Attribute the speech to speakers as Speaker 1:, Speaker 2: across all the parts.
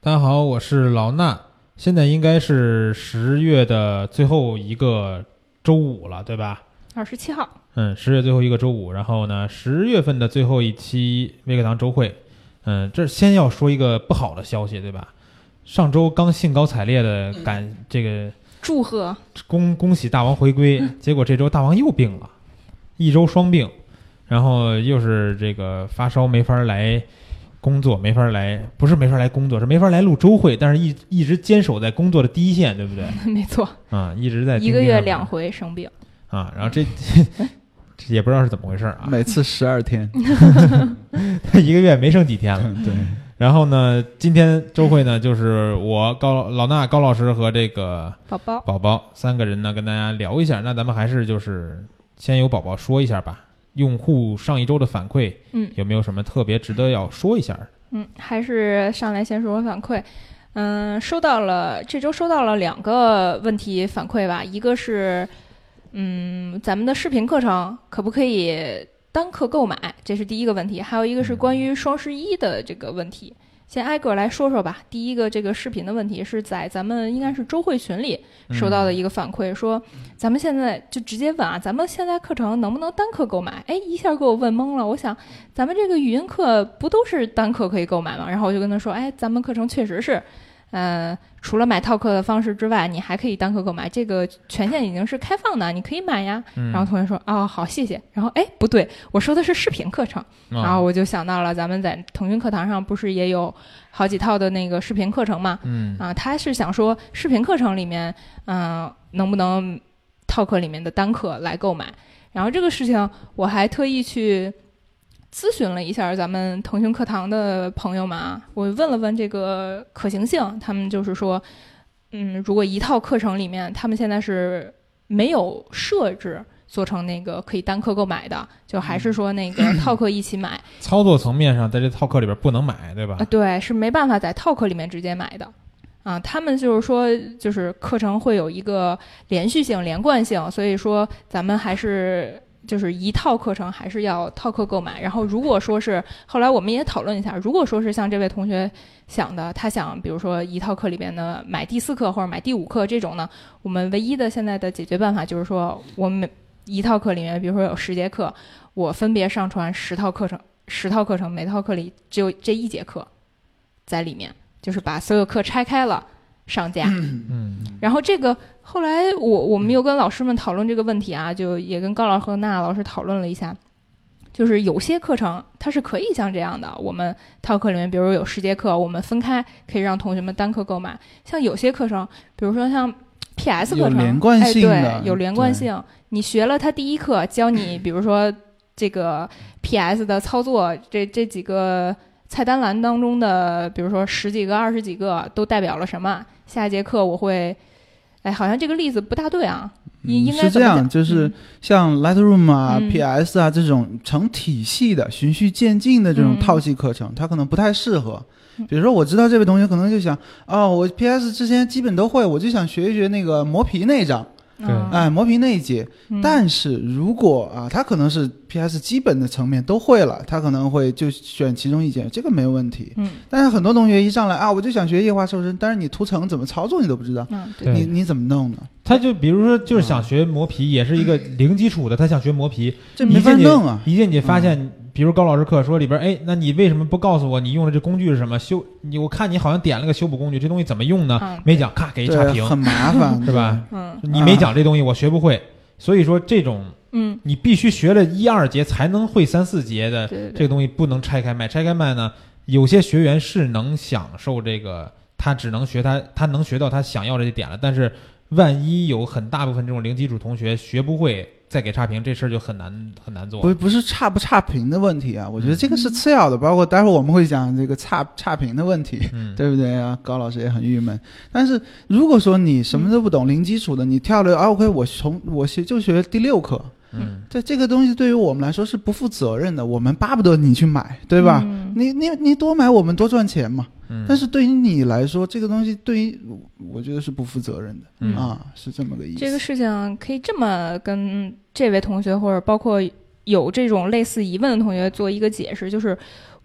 Speaker 1: 大家好，我是老衲。现在应该是十月的最后一个周五了，对吧？
Speaker 2: 二十七号，
Speaker 1: 嗯，十月最后一个周五，然后呢，十月份的最后一期微课堂周会，嗯，这先要说一个不好的消息，对吧？上周刚兴高采烈的感这个
Speaker 2: 祝贺
Speaker 1: 恭恭喜大王回归，
Speaker 2: 嗯
Speaker 1: 结果这周大王又病了，一周双病，然后又是这个发烧没法来工作，没法来，不是没法来工作，是没法来录周会，但是一一直坚守在工作的第一线，对不对？
Speaker 2: 没错，
Speaker 1: 啊，一直在
Speaker 2: 嗯一
Speaker 1: 钉
Speaker 2: 个
Speaker 1: 钉
Speaker 2: 月
Speaker 1: 上
Speaker 2: 两
Speaker 1: 班
Speaker 2: 回生病，
Speaker 1: 啊，然后这 这也不知道是怎么回事啊，
Speaker 3: 每次十 二天，
Speaker 1: 一个月没剩几天
Speaker 2: 嗯
Speaker 1: 了。
Speaker 3: 对，
Speaker 1: 然后呢，今天周会呢，就是我高老衲高老师和这个
Speaker 2: 宝宝
Speaker 1: 宝宝三个人呢，跟大家聊一下。那咱们还是就是先由宝宝说一下吧，用户上一周的反馈，
Speaker 2: 嗯
Speaker 1: 有没有什么特别值得要说一下的？
Speaker 2: 嗯，还是上来先说说反馈。嗯，收到了，这周收到了两个问题反馈吧，一个是，嗯，咱们的视频课程可不可以单课购买？这是第一个问题，还有一个是关于双十一的这个问题。先挨个来说说吧。第一个这个视频的问题是在咱们应该是周会群里收到的一个反馈，说咱们现在就直接问啊，咱们现在课程能不能单课购买？哎，一下给我问懵了。我想咱们这个语音课不都是单课可以购买吗？然后我就跟他说，哎，咱们课程确实是，呃，除了买套课的方式之外，你还可以单课购买，这个权限已经是开放的，你可以买呀。
Speaker 1: 嗯，
Speaker 2: 然后同学说，哦，好，谢谢。然后哎，不对，我说的是视频课程。
Speaker 1: 嗯
Speaker 2: 然后我就想到了，咱们在腾讯课堂上不是也有好几套的那个视频课程嘛？
Speaker 1: 嗯
Speaker 2: 啊，他是想说视频课程里面，嗯、能不能套课里面的单课来购买？然后这个事情我还特意去咨询了一下咱们腾讯课堂的朋友们啊，我问了问这个可行性，他们就是说，嗯，如果一套课程里面，他们现在是没有设置做成那个可以单课购买的，就还是说那个套课一起买。
Speaker 1: 操作层面上，在这套课里边不能买，对吧
Speaker 2: 啊，？对，是没办法在 Talk 里面直接买的。啊，他们就是说，就是课程会有一个连续性、连贯性，所以说咱们还是就是一套课程还是要套课购买。然后如果说是后来我们也讨论一下，如果说是像这位同学想的，他想比如说一套课里边的买第四课或者买第五课这种呢，我们唯一的现在的解决办法就是说，我们每一套课里面，比如说有十节课，我分别上传十套课程，十套课程每套课里只有这一节课在里面，就是把所有课拆开了上架。
Speaker 1: 嗯
Speaker 2: 然后这个后来我我们又跟老师们讨论这个问题啊，就也跟高老师和娜老师讨论了一下，就是有些课程它是可以像这样的，我们套课里面，比如有十节课，我们分开可以让同学们单课购买；像有些课程，比如说像 PS 课
Speaker 3: 有
Speaker 2: 程，
Speaker 3: 连贯性的
Speaker 2: 哎、对，有连贯性。你学了它第一课，教你比如说这个 PS 的操作，这这几个菜单栏当中的，比如说十几个、二十几个都代表了什么？下一节课我会，哎，好像这个例子不大对啊，应应该
Speaker 3: 嗯是
Speaker 2: 怎
Speaker 3: 这
Speaker 2: 么讲
Speaker 3: 样，就是像 Lightroom 啊、
Speaker 2: 嗯
Speaker 3: PS 啊这种成体系的、循序渐进的这种
Speaker 2: 嗯
Speaker 3: 套系课程，它可能不太适合
Speaker 2: 嗯。
Speaker 3: 比如说，我知道这位同学可能就想，哦，我 PS 之前基本都会，我就想学一学那个磨皮那一章，
Speaker 1: 对
Speaker 2: 嗯
Speaker 3: 哎，磨皮那一节。
Speaker 2: 嗯
Speaker 3: 但是如果啊，他可能是 PS 基本的层面都会了，他可能会就选其中一节，这个没有问题。
Speaker 2: 嗯
Speaker 3: 但是很多同学一上来啊，我就想学液化瘦身，但是你图层怎么操作你都不知道，
Speaker 2: 嗯，
Speaker 1: 对
Speaker 2: 对，
Speaker 3: 你你怎么弄呢？
Speaker 1: 他就比如说，就是想学磨皮，也是一个零基础的，他想学磨皮，
Speaker 3: 这
Speaker 1: 一
Speaker 3: 没法
Speaker 1: 进去
Speaker 3: 弄啊！
Speaker 1: 一进去发
Speaker 2: 嗯
Speaker 1: 现，比如高老师课说里边，哎，那你为什么不告诉我你用的这工具是什么？修你我看你好像点了个修补工具，这东西怎么用呢
Speaker 2: 嗯？
Speaker 1: 没讲，咔给一差
Speaker 3: 对，啊
Speaker 1: 评，
Speaker 3: 很麻 烦，
Speaker 1: 是吧？
Speaker 2: 嗯
Speaker 1: 你没讲这东西我学不会，所以说这种
Speaker 2: 嗯，
Speaker 1: 你必须学了一二节才能会三四节的
Speaker 2: 对对
Speaker 1: 这个
Speaker 2: 对，
Speaker 1: 东西不能拆开卖，拆开卖呢，有些学员是能享受这个，他只能学他他能学到他想要的这点了，但是万一有很大部分这种零基础同学学不会，再给差评，这事儿就很难很难做。
Speaker 3: 不不是差不差评的问题啊，我觉得这个
Speaker 1: 嗯
Speaker 3: 是次要的，包括待会儿我们会讲这个差差评的问题，
Speaker 1: 嗯，
Speaker 3: 对不对啊？高老师也很郁闷。但是如果说你什么都不懂，零基础的，你跳了啊，OK，我从我学就学第六课，
Speaker 1: 嗯，
Speaker 3: 这这个东西对于我们来说是不负责任的，我们巴不得你去买，对吧？
Speaker 2: 嗯
Speaker 3: 你你你多买，我们多赚钱嘛。
Speaker 1: 嗯
Speaker 3: 但是对于你来说，这个东西对于我我觉得是不负责任的、
Speaker 1: 嗯
Speaker 3: 啊，是这么个意思。
Speaker 2: 这个事情可以这么跟这位同学，或者包括有这种类似疑问的同学做一个解释，就是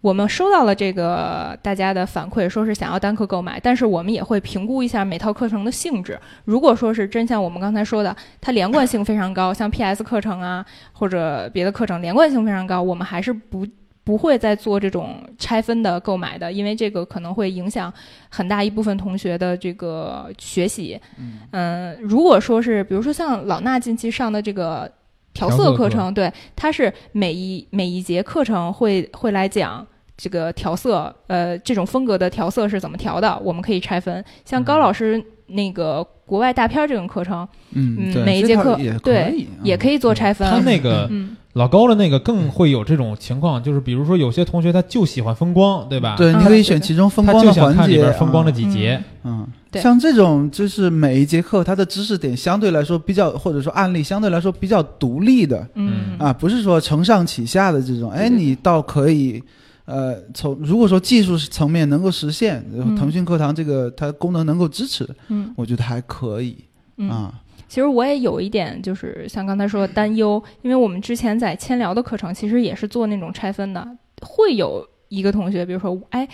Speaker 2: 我们收到了这个大家的反馈，说是想要单课购买，但是我们也会评估一下每套课程的性质。如果说是真像我们刚才说的，它连贯性非常高，像 PS 课程啊或者别的课程连贯性非常高，我们还是不不会再做这种拆分的购买的，因为这个可能会影响很大一部分同学的这个学习。
Speaker 3: 嗯
Speaker 2: 嗯，如果说是，比如说像老衲近期上的这个调色课
Speaker 1: 调
Speaker 2: 程，对，它是每一每一节课程会会来讲这个调色，呃，这种风格的调色是怎么调的，我们可以拆分。像高
Speaker 1: 嗯
Speaker 2: 老师那个国外大片儿这种课程，嗯
Speaker 3: 嗯，对
Speaker 2: 每一节
Speaker 3: 这套
Speaker 2: 课
Speaker 3: 也
Speaker 2: 对
Speaker 3: 可以，啊
Speaker 2: 也可以做拆分。
Speaker 1: 他那个
Speaker 2: 嗯，
Speaker 1: 老高的那个
Speaker 3: 嗯
Speaker 1: 更会有这种情况，就是比如说有些同学他就喜欢风光，对吧？
Speaker 3: 以，对，你
Speaker 2: 嗯
Speaker 3: 可以选其中风
Speaker 1: 啊他
Speaker 3: 光
Speaker 1: 就
Speaker 3: 的
Speaker 1: 想
Speaker 3: 环
Speaker 1: 看里
Speaker 3: 节，
Speaker 1: 边风光的
Speaker 3: 嗯
Speaker 1: 几节。
Speaker 3: 嗯，
Speaker 2: 对
Speaker 3: 像这种就是每一节课它的知识点相对来说比较，或者说案例相对来说比较独立的
Speaker 2: 嗯，
Speaker 3: 啊，不是说承上启下的这种。哎，
Speaker 2: 对对对
Speaker 3: 你倒可以，呃，从如果说技术层面能够实现，呃
Speaker 2: 嗯
Speaker 3: 腾讯课堂这个它功能能够支持，
Speaker 2: 嗯
Speaker 3: 我觉得还可以
Speaker 2: 嗯。
Speaker 3: 啊。
Speaker 2: 其实我也有一点，就是像刚才说的担忧，因为我们之前在千聊的课程，其实也是做那种拆分的，会有一个同学，比如说，哎，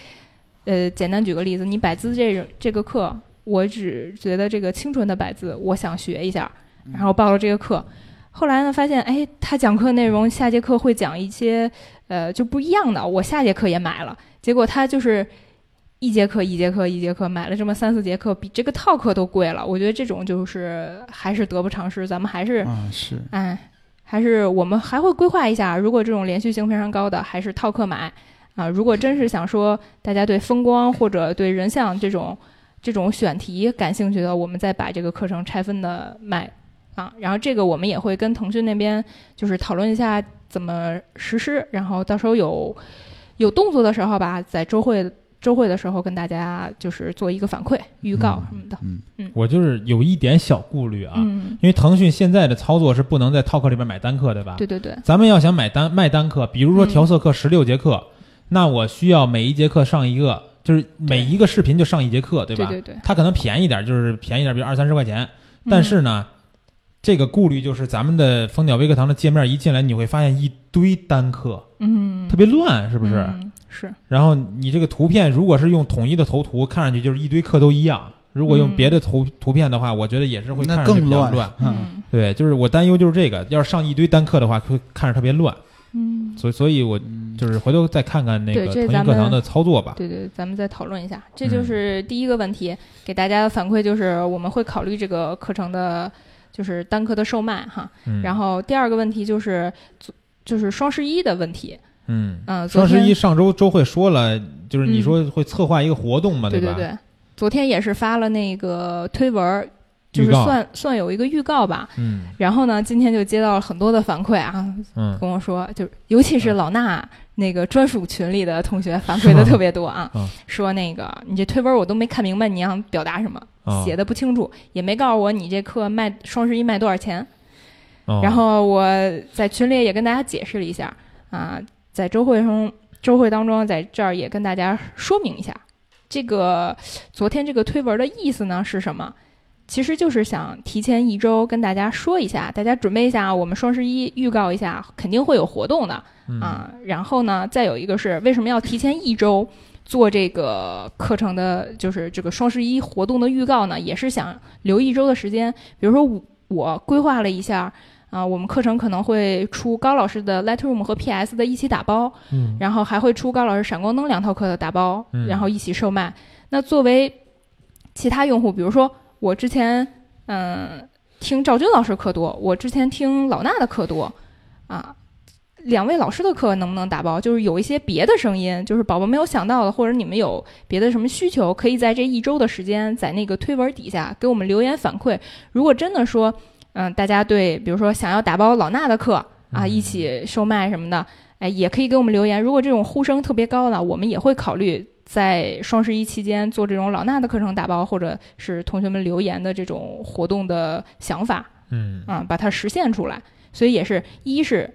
Speaker 2: 呃，简单举个例子，你百字这种这个课，我只觉得这个清纯的百字，我想学一下，然后报了这个课。后来呢，发现哎，他讲课内容下节课会讲一些呃就不一样的，我下节课也买了，结果他就是一节课一节课一节课买了这么三四节课，比这个套课都贵了。我觉得这种就是还是得不偿失，咱们还是
Speaker 3: 啊，是，
Speaker 2: 哎，还是我们还会规划一下，如果这种连续性非常高的，还是套课买啊。如果真是想说大家对风光或者对人像这种这种选题感兴趣的，我们再把这个课程拆分的卖啊。然后这个我们也会跟腾讯那边就是讨论一下怎么实施，然后到时候有有动作的时候吧，在周会。周会的时候跟大家就是做一个反馈预告什么的，
Speaker 3: 嗯，
Speaker 1: 我就是有一点小顾虑啊，
Speaker 2: 嗯，
Speaker 1: 因为腾讯现在的操作是不能在套课里边买单课，对吧？
Speaker 2: 对对对，
Speaker 1: 咱们要想买单卖单课，比如说
Speaker 2: 嗯
Speaker 1: 调色课十六节课，那我需要每一节课上一个，就是每一个视频就上一节课，对
Speaker 2: 对
Speaker 1: 吧？
Speaker 2: 对嗯对，
Speaker 1: 它可能便宜点，就是便宜点，比如二三十块钱。但是呢，这个顾虑就是咱们的蜂鸟微课堂的界面一进来，你会发现一堆单课，
Speaker 2: 嗯，
Speaker 1: 特别乱，是不是？
Speaker 2: 嗯是，
Speaker 1: 然后你这个图片如果是用统一的头图，看上去就是一堆课都一样。如果用
Speaker 2: 嗯
Speaker 1: 别的图、图片的话，我觉得也是会看
Speaker 3: 那
Speaker 1: 上去
Speaker 3: 更
Speaker 1: 比较
Speaker 3: 乱
Speaker 1: 乱。
Speaker 3: 嗯，
Speaker 2: 嗯
Speaker 1: 对，就是我担忧就是这个，要是上一堆单课的话，会看着特别乱。
Speaker 2: 嗯，
Speaker 1: 所以，所以我
Speaker 3: 嗯
Speaker 1: 就是回头再看看那个
Speaker 2: 对这
Speaker 1: 腾讯
Speaker 2: 咱
Speaker 1: 课
Speaker 2: 们
Speaker 1: 堂的操作吧。
Speaker 2: 对对，咱们再讨论一下。这
Speaker 1: 嗯
Speaker 2: 就是第一个问题，给大家的反馈就是我们会考虑这个课程的，就是单课的售卖哈。
Speaker 1: 嗯，
Speaker 2: 然后第二个问题就是，就是双十一的问题。
Speaker 1: 嗯，
Speaker 2: 嗯、昨
Speaker 1: 双十一
Speaker 2: 天嗯
Speaker 1: 上周周会说了，就是你说会策划一个活动嘛，
Speaker 2: 对
Speaker 1: 吧？
Speaker 2: 对，昨天也是发了那个推文儿，就
Speaker 1: 预
Speaker 2: 是
Speaker 1: 告
Speaker 2: 算算有一个预告吧。
Speaker 1: 嗯
Speaker 2: 然后呢，今天就接到了很多的反馈啊，
Speaker 1: 嗯，
Speaker 2: 跟我说，就是尤其是老衲那个专属群里的同学反馈的特别多啊，
Speaker 1: 嗯
Speaker 2: 说那个你这推文我都没看明白你想表达什么，
Speaker 1: 哦
Speaker 2: 写的不清楚，也没告诉我你这课卖双十一卖多少钱。
Speaker 1: 哦
Speaker 2: 然后我在群里也跟大家解释了一下啊，在周会中周会当中，在这儿也跟大家说明一下，这个昨天这个推文的意思呢是什么？其实就是想提前一周跟大家说一下，大家准备一下，我们双十一预告一下，肯定会有活动的。
Speaker 1: 嗯
Speaker 2: 啊，然后呢，再有一个是为什么要提前一周做这个课程的，就是这个双十一活动的预告呢？也是想留一周的时间。比如说我我规划了一下，啊、我们课程可能会出高老师的 Lightroom 和 PS 的一起打包，
Speaker 1: 嗯
Speaker 2: 然后还会出高老师闪光灯两套课的打包，
Speaker 1: 嗯
Speaker 2: 然后一起售卖。那作为其他用户，比如说我之前嗯听赵军老师课多，我之前听老衲的课多，啊，两位老师的课能不能打包？就是有一些别的声音，就是宝宝没有想到的，或者你们有别的什么需求，可以在这一周的时间，在那个推文底下给我们留言反馈。如果真的说，嗯，大家对，比如说想要打包老衲的课啊，
Speaker 1: 嗯
Speaker 2: 一起售卖什么的，哎，也可以给我们留言。如果这种呼声特别高呢，我们也会考虑在双十一期间做这种老衲的课程打包，或者是同学们留言的这种活动的想法
Speaker 1: 嗯
Speaker 2: 啊，把它实现出来。所以也是一是。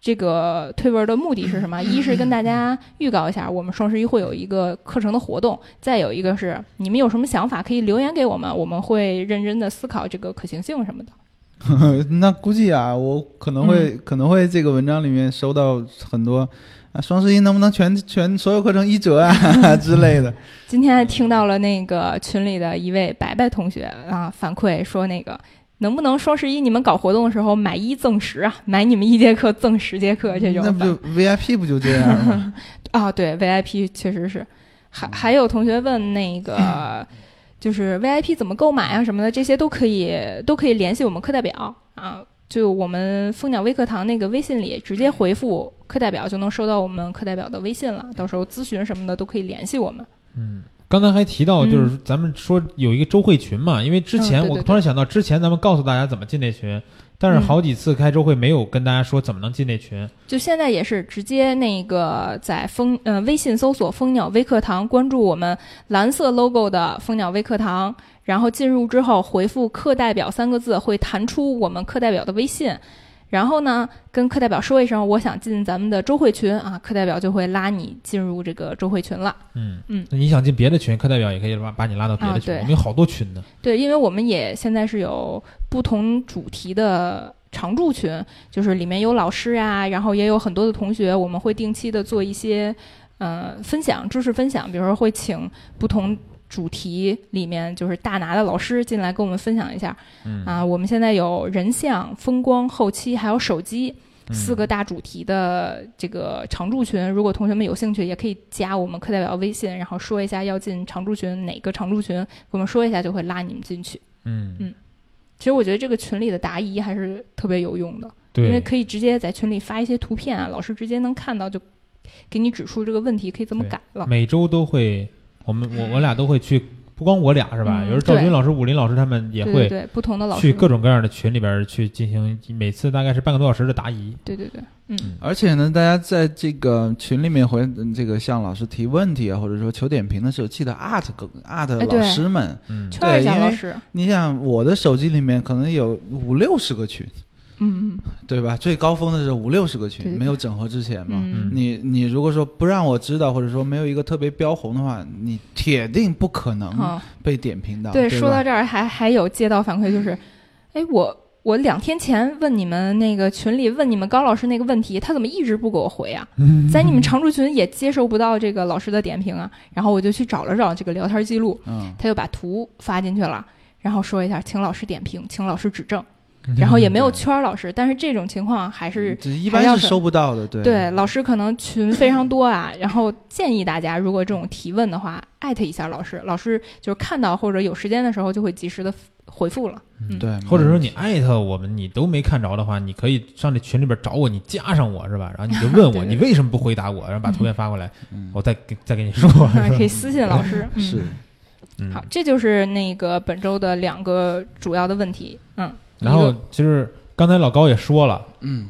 Speaker 2: 这个推文的目的是什么？一是跟大家预告一下，我们双十一会有一个课程的活动；再有一个是，你们有什么想法可以留言给我们，我们会认真的思考这个可行性什么的。
Speaker 3: 那估计啊，我可能会、
Speaker 2: 嗯
Speaker 3: 可能会这个文章里面收到很多啊，双十一能不能全全所有课程一折啊 之 类的。
Speaker 2: 今天还听到了那个群里的一位白白同学啊反馈说，那个能不能双十一你们搞活动的时候买一赠十啊，买你们一节课赠十节课这种
Speaker 3: 嗯那
Speaker 2: 的。
Speaker 3: 不就 VIP 不就这样吗？
Speaker 2: 啊，对，VIP 确实是。还还有同学问那个，就是 VIP 怎么购买啊什么的，这些都可以都可以联系我们课代表啊。就我们蜂鸟微课堂那个微信里直接回复课代表，就能收到我们课代表的微信了。到时候咨询什么的都可以联系我们。
Speaker 1: 嗯，刚才还提到，就是咱们说有一个周会群嘛，因为之前
Speaker 2: 嗯嗯对
Speaker 1: 我
Speaker 2: 对对
Speaker 1: 突然想到，之前咱们告诉大家怎么进这群，但是
Speaker 2: 嗯
Speaker 1: 好几次开周会没有跟大家说怎么能进这群。
Speaker 2: 就现在也是直接那个在蜂呃微信搜索“蜂鸟微课堂”，关注我们蓝色 logo 的“蜂鸟微课堂”，然后进入之后回复“课代表”三个字，会弹出我们课代表的微信。然后呢，跟课代表说一声，我想进咱们的周会群啊，课代表就会拉你进入这个周会群了。
Speaker 1: 嗯
Speaker 2: 嗯，
Speaker 1: 那你想进别的群，课代表也可以把把你拉到别的
Speaker 2: 啊
Speaker 1: 群，
Speaker 2: 对
Speaker 1: 我们有好多群呢。
Speaker 2: 对，因为我们也现在是有不同主题的常驻群，就是里面有老师啊，然后也有很多的同学，我们会定期的做一些呃分享、知识分享，比如说会请不同。主题里面就是大拿的老师进来跟我们分享一下、
Speaker 1: 嗯
Speaker 2: 啊，我们现在有人像、风光、后期还有手机
Speaker 1: 嗯
Speaker 2: 四个大主题的这个常驻群，如果同学们有兴趣，也可以加我们课代表微信，然后说一下要进常驻群哪个常驻群，跟我们说一下就会拉你们进去。
Speaker 1: 嗯，
Speaker 2: 其实我觉得这个群里的答疑还是特别有用的，因
Speaker 1: 对，
Speaker 2: 为可以直接在群里发一些图片啊，老师直接能看到，就给你指出这个问题可以怎么
Speaker 1: 对
Speaker 2: 改了。
Speaker 1: 每周都会，我们我我俩都会去，不光我俩是吧？
Speaker 2: 嗯
Speaker 1: 有时候赵
Speaker 2: 对
Speaker 1: 军老师、武林老师他们也
Speaker 2: 对
Speaker 1: 会
Speaker 2: 对对，不同的老师
Speaker 1: 去各种各样的群里边去进行，每次大概是半个多小时的答疑。
Speaker 2: 对对对，
Speaker 1: 嗯
Speaker 3: 而且呢，大家在这个群里面回嗯这个向老师提问题啊，或者说求点评的时候，记得 at 个 at
Speaker 2: 哎
Speaker 3: 老
Speaker 2: 对
Speaker 3: 师们。
Speaker 1: 嗯，
Speaker 2: 圈一下
Speaker 3: 因
Speaker 2: 老
Speaker 3: 为
Speaker 2: 师，
Speaker 3: 你想，我的手机里面可能有五六十个群，
Speaker 2: 嗯
Speaker 3: 对吧？最高峰的时候五六十个群，
Speaker 2: 对
Speaker 3: 没有整合之前
Speaker 2: 嗯
Speaker 3: 嘛。
Speaker 2: 嗯
Speaker 1: 嗯
Speaker 3: 你你如果说不让我知道，或者说没有一个特别标红的话，你铁定不可
Speaker 1: 嗯
Speaker 3: 能
Speaker 2: 好，
Speaker 3: 被点评到。
Speaker 2: 嗯对，
Speaker 3: 啊对吧，嗯
Speaker 2: 说到这儿还还有接到反馈就是，哎我。我两天前问你们那个群里问你们高老师那个问题，他怎么一直不给我回啊？
Speaker 3: 嗯
Speaker 2: 在你们常驻群也接收不到这个老师的点评啊。然后我就去找了找这个聊天记录，
Speaker 3: 嗯，
Speaker 2: 他就把图发进去了，然后说一下，请老师点评，请老师指正，
Speaker 3: 嗯
Speaker 2: 然后也没有圈儿老师，但是这种情况还是。
Speaker 3: 这一
Speaker 2: 还要
Speaker 3: 般是
Speaker 2: 是
Speaker 3: 收不到的，对。嗯
Speaker 2: 对，老师可能群非常多啊，然后建议大家，如果这种提问的话，艾特一下老师，老师就是看到或者有时间的时候就会及时的回 复了。嗯
Speaker 3: 对，
Speaker 1: 或者说你艾特我们，你都没看着的话，你可以上这群里边找我，你加上我是吧？然后你就问我，
Speaker 2: 对对对
Speaker 1: 你为什么不回答我？然后把图片发过来，
Speaker 3: 嗯
Speaker 1: 我再给再给你说。是吧
Speaker 2: 可以私信老 师。嗯、
Speaker 3: 是，
Speaker 1: 嗯
Speaker 2: 好，这就是那个本周的两个主要的问题。嗯，
Speaker 1: 然后
Speaker 2: 一个
Speaker 1: 其实刚才老高也说了，
Speaker 3: 嗯，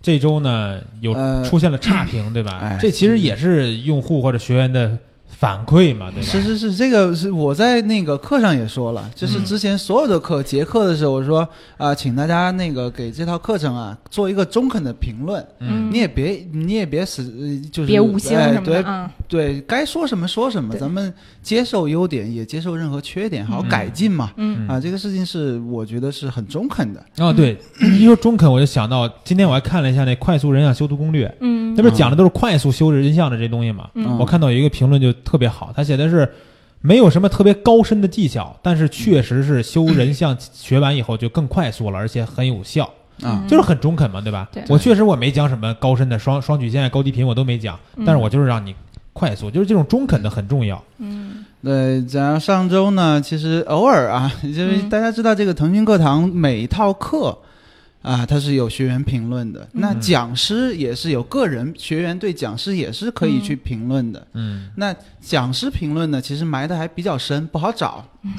Speaker 1: 这周呢有
Speaker 3: 呃
Speaker 1: 出现了差评，对吧
Speaker 3: 哎？
Speaker 1: 这其实也是用户或者学员的反馈嘛，对吧？
Speaker 3: 是是是，这个是我在那个课上也说了，就是
Speaker 1: 嗯
Speaker 3: 之前所有的课结课的时候，我说啊、请大家那个给这套课程啊做一个中肯的评论，
Speaker 1: 嗯
Speaker 2: 嗯
Speaker 3: 你也别你也别死，呃就是
Speaker 2: 别五星
Speaker 3: 哎
Speaker 2: 什么的
Speaker 3: 对
Speaker 2: 啊，
Speaker 3: 对，该说什么说什么，
Speaker 2: 对
Speaker 3: 咱们接受优点，也接受任何缺点，好
Speaker 1: 嗯
Speaker 3: 改进嘛。
Speaker 2: 嗯
Speaker 3: 啊，这个事情是我觉得是很中肯的。
Speaker 1: 啊，对，一说中肯，我就想到今天我还看了一下那《快速人像修图攻略》，
Speaker 2: 嗯
Speaker 1: 那边讲的都是快速修人像的这东西嘛。
Speaker 2: 嗯
Speaker 3: 啊
Speaker 1: 我看到有一个评论就特别好，他写的是没有什么特别高深的技巧，但是确实是修人像学完以后就更快速了，而且很有效，
Speaker 2: 嗯
Speaker 3: 啊，
Speaker 1: 就是很中肯嘛，对吧？
Speaker 2: 对
Speaker 1: 我确实我没讲什么高深的双双曲线啊、高低频我都没讲，
Speaker 2: 嗯
Speaker 1: 但是我就是让你快速，就是这种中肯的很重要。
Speaker 2: 嗯
Speaker 3: 对，然后上周呢，其实偶尔啊，因为
Speaker 2: 嗯
Speaker 3: 大家知道这个腾讯课堂每一套课啊，它是有学员评论的，那
Speaker 1: 嗯
Speaker 3: 讲师也是有个人学员对讲师也是可以去评论的。
Speaker 1: 嗯
Speaker 3: 那讲师评论呢，其实埋的还比较深，不好找。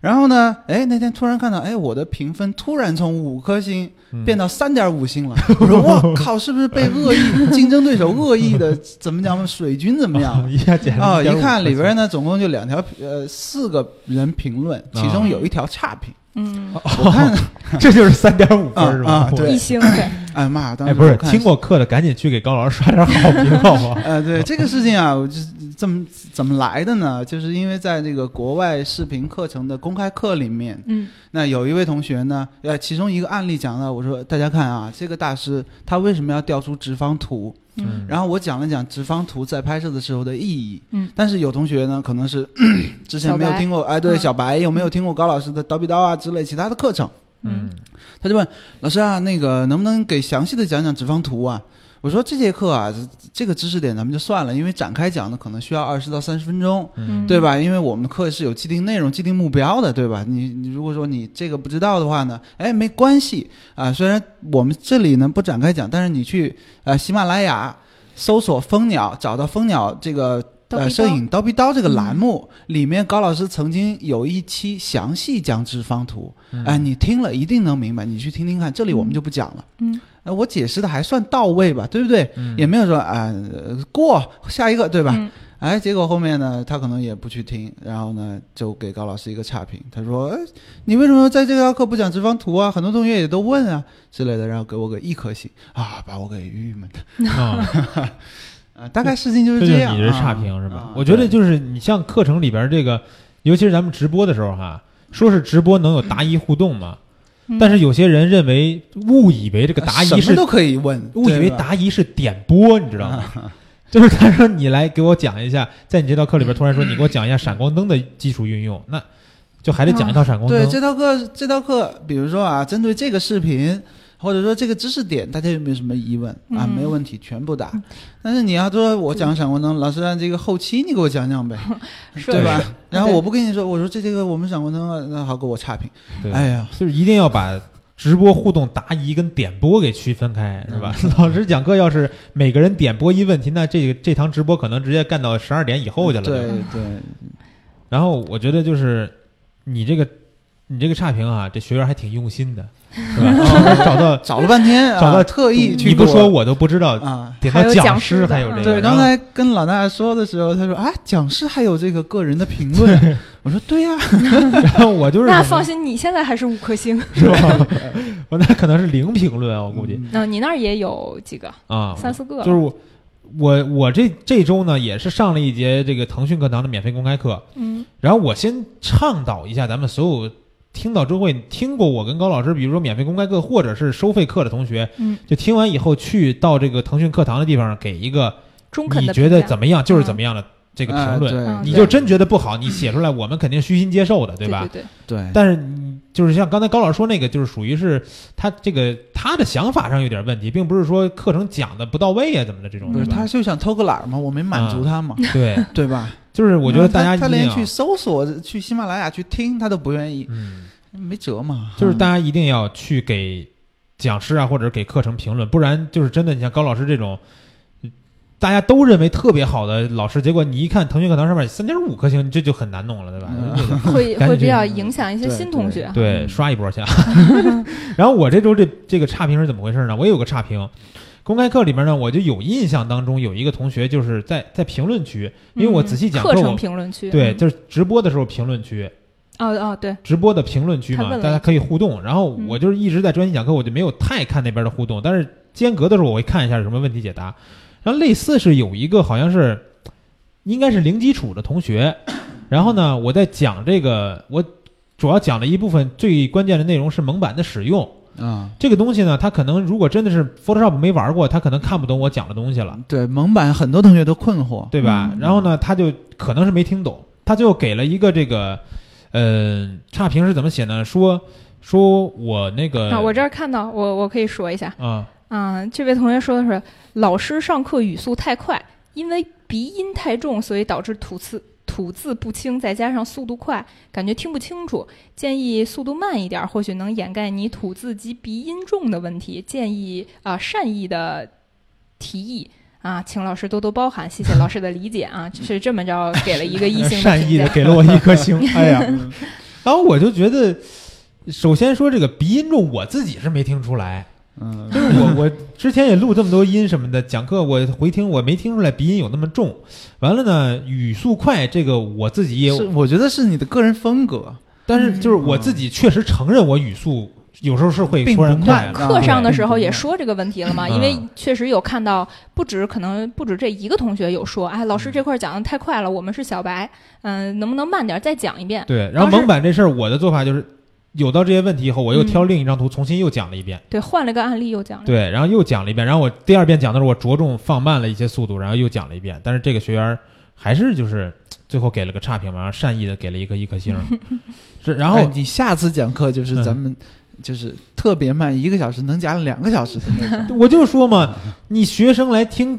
Speaker 3: 然后呢，哎，那天突然看到，哎，我的评分突然从五颗星
Speaker 1: 嗯
Speaker 3: 变到三点五星了。 我说，我靠，是不是被恶意竞争对手恶意的怎么讲水军怎么样？
Speaker 1: 一下简
Speaker 3: 啊、一看里边呢，总共就两条，呃，四个人评论，其
Speaker 1: 哦
Speaker 3: 中有一条差评。
Speaker 2: 嗯，
Speaker 3: 我看
Speaker 1: 这就是三点五分是吧？
Speaker 3: 啊啊对
Speaker 2: 一星对，
Speaker 3: 哎妈，当
Speaker 1: 哎，
Speaker 3: 时
Speaker 1: 不是
Speaker 3: 我看
Speaker 1: 听过课的，赶紧去给高老师刷点好评，好不好？
Speaker 3: 呃，对这个事情啊，我就是怎么怎么来的呢？就是因为在这个国外视频课程的公开课里面，
Speaker 2: 嗯
Speaker 3: 那有一位同学呢，呃，其中一个案例讲到，我说大家看啊，这个大师他为什么要调出直方图？
Speaker 1: 嗯
Speaker 3: 然后我讲了讲直方图在拍摄的时候的意义。
Speaker 2: 嗯，
Speaker 3: 但是有同学呢，可 能是之前
Speaker 2: 小
Speaker 3: 没有
Speaker 2: 白
Speaker 3: 听过，哎，对，
Speaker 2: 嗯
Speaker 3: 小白有没有听过高老师的叨逼叨啊之类其他的课程？
Speaker 1: 嗯，
Speaker 3: 他就问老师啊，那个能不能给详细的讲讲直方图啊？我说这节课啊，这这个知识点咱们就算了，因为展开讲呢，可能需要二十到三十分钟，
Speaker 1: 嗯
Speaker 3: 对吧？因为我们的课是有既定内容、既定目标的，对吧？你你如果说你这个不知道的话呢，哎，没关系啊。虽然我们这里呢不展开讲，但是你去呃喜马拉雅搜索“蜂鸟”，找到“蜂鸟”这个
Speaker 2: 叨逼
Speaker 3: 呃
Speaker 2: 叨
Speaker 3: 摄影叨逼叨这个栏目、
Speaker 1: 嗯
Speaker 3: 里面，高老师曾经有一期详细讲直方图，
Speaker 1: 嗯
Speaker 3: 哎，你听了一定能明白，你去听听看，这里我们就不讲了。
Speaker 2: 嗯
Speaker 3: 呃我解释的还算到位吧，对不对？
Speaker 1: 嗯
Speaker 3: 也没有说啊、呃过下一个，对吧？
Speaker 2: 嗯
Speaker 3: 哎，结果后面呢，他可能也不去听，然后呢，就给高老师一个差评。他说：“哎，你为什么在这堂课不讲直方图啊？很多同学也都问啊之类的。”然后给我个一颗星啊，把我给郁闷的
Speaker 1: 啊
Speaker 3: 啊。大概事情就是
Speaker 1: 这就是
Speaker 3: 样、啊。
Speaker 1: 你的差评是吧
Speaker 3: 啊？
Speaker 1: 我觉得
Speaker 3: 对
Speaker 1: 就是你像课程里边这个，尤其是咱们直播的时候哈，说是直播能有答疑互动嘛，
Speaker 2: 嗯
Speaker 1: 但是有些人认为误以为这个答
Speaker 3: 啊什
Speaker 1: 疑
Speaker 3: 么
Speaker 1: 是
Speaker 3: 都可以问，
Speaker 1: 误以为
Speaker 3: 对吧
Speaker 1: 答疑是点播，你知道 吗？就是他说你来给我讲一下，在你这道课里边突然说你给我讲一下闪光灯的技术运用，那就还得讲一套闪光
Speaker 3: 对
Speaker 1: 灯。
Speaker 3: 这道课，这道课，比如说啊，针对这个视频，或者说这个知识点，大家有没有什么疑问啊？
Speaker 2: 嗯
Speaker 3: 没有问题，全部答。但是你要说我讲闪光灯，老师让这个后期你给我讲讲呗，
Speaker 2: 说
Speaker 3: 对吧
Speaker 1: 对？
Speaker 3: 然后我不跟你说，我说这这个我们闪光灯，啊，那好给我差评。
Speaker 1: 对
Speaker 3: 哎呀，
Speaker 1: 就是一定要把直播互动、答疑跟点播给区分开，
Speaker 2: 嗯
Speaker 1: 是吧？ 老师讲课要是每个人点播一问题，那这个这堂直播可能直接干到十二点以后
Speaker 2: 嗯
Speaker 1: 去了。
Speaker 3: 对
Speaker 1: 就
Speaker 3: 对，
Speaker 1: 然后我觉得就是你这个你这个差评啊，这学员还挺用心 的，是吧？找到
Speaker 3: 找了半天，啊
Speaker 1: 找到
Speaker 3: 特意去
Speaker 1: 你不
Speaker 3: 给
Speaker 1: 说我都不知道，
Speaker 3: 啊。
Speaker 1: 点到
Speaker 2: 还有
Speaker 1: 讲
Speaker 2: 讲师
Speaker 1: 师
Speaker 2: 的
Speaker 1: 还有这个。
Speaker 3: 对，
Speaker 1: 然
Speaker 3: 刚
Speaker 1: 后
Speaker 3: 才跟老大说的时候，他说啊，讲师还有这个个人的评论，我说对呀、
Speaker 1: 然后我就是
Speaker 2: 那
Speaker 1: 可能
Speaker 2: 放心，你现在还是五颗星。
Speaker 1: 是吧？ 我那可能是零评论啊，我估计
Speaker 3: 嗯
Speaker 2: 那你那儿也有几个？
Speaker 1: 啊，
Speaker 2: 三四个
Speaker 1: 就是我我我这这周呢也是上了一节这个腾讯课堂的免费公开课，
Speaker 2: 嗯
Speaker 1: 然后我先倡导一下咱们所有听到之后会听过我跟高老师，比如说免费公开课或者是收费课的同学，
Speaker 2: 嗯，
Speaker 1: 就听完以后去到这个腾讯课堂的地方给一个
Speaker 2: 中肯
Speaker 1: 你
Speaker 2: 的
Speaker 1: 觉
Speaker 2: 评价。
Speaker 1: 得怎么样就是怎么样的这个
Speaker 3: 啊
Speaker 1: 评论，
Speaker 2: 嗯
Speaker 1: 你
Speaker 3: 对
Speaker 1: 就真觉得不好，你写出来我们肯定虚心接受的，对
Speaker 2: 对
Speaker 1: 吧？
Speaker 2: 对
Speaker 3: 对，
Speaker 1: 但是你就是像刚才高老师说那个，就是属于是他这个他的想法上有点问题，并不是说课程讲的不到位啊怎么的这种，
Speaker 3: 不是
Speaker 1: 对吧
Speaker 3: 他就想偷个懒儿嘛，我没满足他嘛，
Speaker 1: 对，
Speaker 3: 对吧？
Speaker 1: 就是啊 我觉得大家
Speaker 3: 嗯他
Speaker 1: 一
Speaker 3: 他
Speaker 1: 定
Speaker 3: 连
Speaker 1: 要
Speaker 3: 去，搜索、去喜马拉雅去听，他都不愿意，
Speaker 1: 嗯，
Speaker 3: 没辙嘛。
Speaker 1: 就是大家一定要去给讲师啊，或者给课程评论，不然就是真的，你像高老师这种。大家都认为特别好的老师，结果你一看腾讯课堂上面三点五颗星，这就很难弄了，对吧？
Speaker 3: 嗯
Speaker 1: 这个
Speaker 2: 对， 会
Speaker 1: 赶紧
Speaker 2: 会比
Speaker 1: 去
Speaker 2: 较影响一些
Speaker 3: 对
Speaker 2: 新
Speaker 3: 对
Speaker 2: 同学。
Speaker 1: 对，
Speaker 3: 嗯
Speaker 1: 刷一波去。啊然后我这周这这个差评是怎么回事呢？我有个差评，公开课里面呢，我就有印象当中有一个同学就是在在评论区，因为我
Speaker 2: 嗯
Speaker 1: 仔细讲课
Speaker 2: 课程
Speaker 1: 我，
Speaker 2: 评论区。
Speaker 1: 对，
Speaker 2: 嗯
Speaker 1: 就是直播的时候评论区，
Speaker 2: 哦哦对，
Speaker 1: 直播的评论区
Speaker 2: 他
Speaker 1: 嘛，
Speaker 2: 问了
Speaker 1: 大家可以互动。然后
Speaker 2: 嗯
Speaker 1: 我就是一直在专心讲课，我就没有太看那边的互动，但是间隔的时候我会看一下有什么问题解答。然后类似是有一个好像是应该是零基础的同学， 然后呢，我在讲这个，我主要讲了一部分最关键的内容是蒙版的使用。
Speaker 3: 啊，
Speaker 1: 这个东西呢，他可能如果真的是 Photoshop 没玩过，他可能看不懂我讲的东西了，
Speaker 3: 对蒙版很多同学都困惑，
Speaker 1: 对吧？
Speaker 2: 嗯
Speaker 1: 然后呢，他就可能是没听懂，他最后给了一个这个，呃，差评是怎么写呢？说说我那个
Speaker 2: 啊，我这儿看到，我我可以说一下。
Speaker 1: 啊，
Speaker 2: 嗯，这位同学说的是，老师上课语速太快，因为鼻音太重，所以导致吐字吐字不清，再加上速度快，感觉听不清楚。建议速度慢一点，或许能掩盖你吐字及鼻音重的问题。建议啊、善意的提议。啊，请老师多多包涵，谢谢老师的理解 啊！就是这么着给了一个异性的
Speaker 1: 善
Speaker 2: 评
Speaker 1: 意的
Speaker 2: 价，
Speaker 1: 给了我一颗星，哎 呀，然后我就觉得，首先说这个鼻音重，我自己是没听出来，
Speaker 3: 嗯，
Speaker 1: 就是我我之前也录这么多音什么的，讲课我回听我没听出来鼻音有那么重，完了呢语速快，这个我自己也有
Speaker 3: 是我觉得是你的个人风格，
Speaker 1: 但是就是我自己确实承认我语速有时候是会
Speaker 3: 并
Speaker 1: 突然
Speaker 3: 不
Speaker 1: 快
Speaker 3: 慢
Speaker 1: 了。
Speaker 3: 啊
Speaker 2: 课上的时候
Speaker 3: 对
Speaker 2: 也说这个问题了嘛，
Speaker 1: 嗯
Speaker 2: 因为确实有看到，不止可能不止这一个同学有说，
Speaker 1: 嗯
Speaker 2: 哎，老师这块儿讲的太快了，我们是小白，嗯、能不能慢点儿再讲一遍？
Speaker 1: 对，然后
Speaker 2: 当时
Speaker 1: 蒙版这事儿，我的做法就是有到这些问题以后，我又
Speaker 2: 嗯
Speaker 1: 挑另一张图重新又讲了一遍，
Speaker 2: 对，换了个案例又讲了，
Speaker 1: 对，然后又讲了一遍，然后我第二遍讲的时候，我着重放慢了一些速度，然后又讲了一遍，但是这个学员儿还是就是最后给了个差评嘛，然后善意的给了一个一颗 星儿，是，然后
Speaker 3: 哎你下次讲课就是
Speaker 1: 嗯
Speaker 3: 咱们就是特别慢，一个小时能讲两个小时的那 种。
Speaker 1: 我就说嘛，你学生来听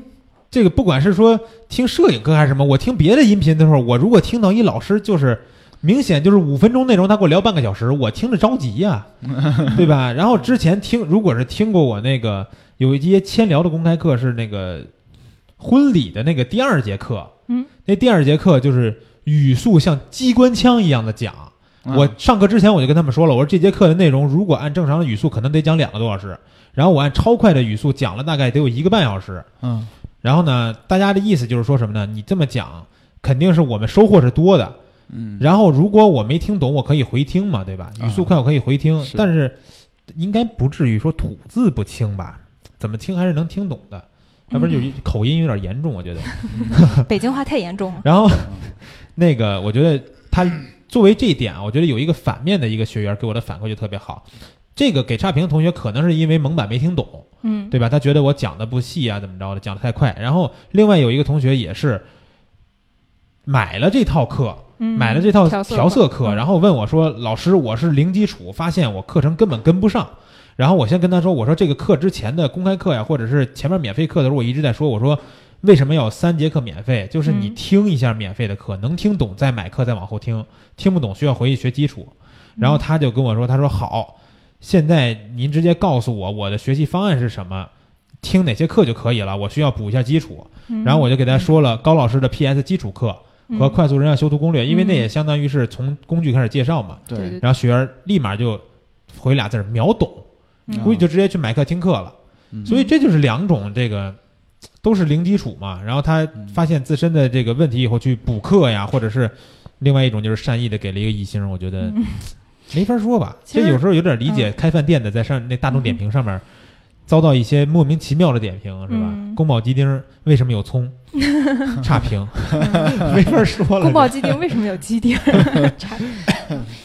Speaker 1: 这个，不管是说听摄影课还是什么，我听别的音频的时候，我如果听到一老师就是明显就是五分钟内容，他给我聊半个小时，我听着着急呀、对吧？然后之前听，如果是听过我那个有一节千聊的公开课是那个婚礼的那个第二节课，
Speaker 2: 嗯，
Speaker 1: 那第二节课就是语速像机关枪一样的讲。
Speaker 3: 嗯
Speaker 1: 我上课之前我就跟他们说了，我说这节课的内容如果按正常的语速，可能得讲两个多小时，然后我按超快的语速讲了大概得有一个半小时。
Speaker 3: 嗯
Speaker 1: 然后呢，大家的意思就是说什么呢？你这么讲，肯定是我们收获是多的。
Speaker 3: 嗯，啊
Speaker 1: 然后如果我没听懂，我可以回听嘛，对吧？语速快我可以回听，
Speaker 3: 是
Speaker 1: 但是应该不至于说吐字不清吧？怎么听还是能听懂的，要不然就口音有点严重，我觉得。
Speaker 2: 北京话太严重了，
Speaker 1: 然后那个，我觉得他作为这一点啊，我觉得有一个反面的一个学员给我的反馈就特别好。这个给差评的同学可能是因为蒙版没听懂，
Speaker 2: 嗯，
Speaker 1: 对吧？他觉得我讲的不细啊，怎么着的，讲的太快。然后另外有一个同学也是买了这套课，
Speaker 2: 嗯
Speaker 1: 买了这套
Speaker 2: 调色
Speaker 1: 调色
Speaker 2: 课
Speaker 1: 课，
Speaker 2: 嗯
Speaker 1: 然后问我说：“老师，我是零基础，发现我课程根本跟不上。”然后我先跟他说：“我说这个课之前的公开课呀，或者是前面免费课的时候，我一直在说，我说为什么要三节课免费？就是你
Speaker 2: 嗯
Speaker 1: 听一下免费的课，能听懂再买课再往后听，听不懂需要回去学基础。”然
Speaker 2: 嗯
Speaker 1: 后他就跟我说：“他说好，现在您直接告诉我我的学习方案是什么，听哪些课就可以了，我需要补一下基础。”
Speaker 2: 嗯
Speaker 1: 然后我就给大家说了高老师的 PS 基础课和
Speaker 2: 嗯
Speaker 1: 快速人像修图攻略，因为那
Speaker 2: 嗯
Speaker 1: 也相当于是从工具开始介绍嘛。
Speaker 2: 对对
Speaker 3: 对，
Speaker 1: 然后学员立马就回俩字儿秒懂，
Speaker 2: 嗯
Speaker 1: 估计就直接去买课听课了。
Speaker 3: 嗯
Speaker 1: 所以 这就是两种这个都是零基础嘛。然后他发现自身的这个问题以后去补课呀，或者是另外一种就是善意的给了一个一星，我觉得
Speaker 2: 嗯
Speaker 1: 没法说吧。
Speaker 2: 其实
Speaker 1: 这有时候有点理解开饭店的在上那大众点评上面。遭到一些莫名其妙的点评是吧？
Speaker 2: 嗯
Speaker 1: 宫保鸡丁儿为什么有葱？ 差评，
Speaker 2: 嗯
Speaker 1: 没法说了。
Speaker 2: 宫保鸡丁为什么有鸡丁？ 差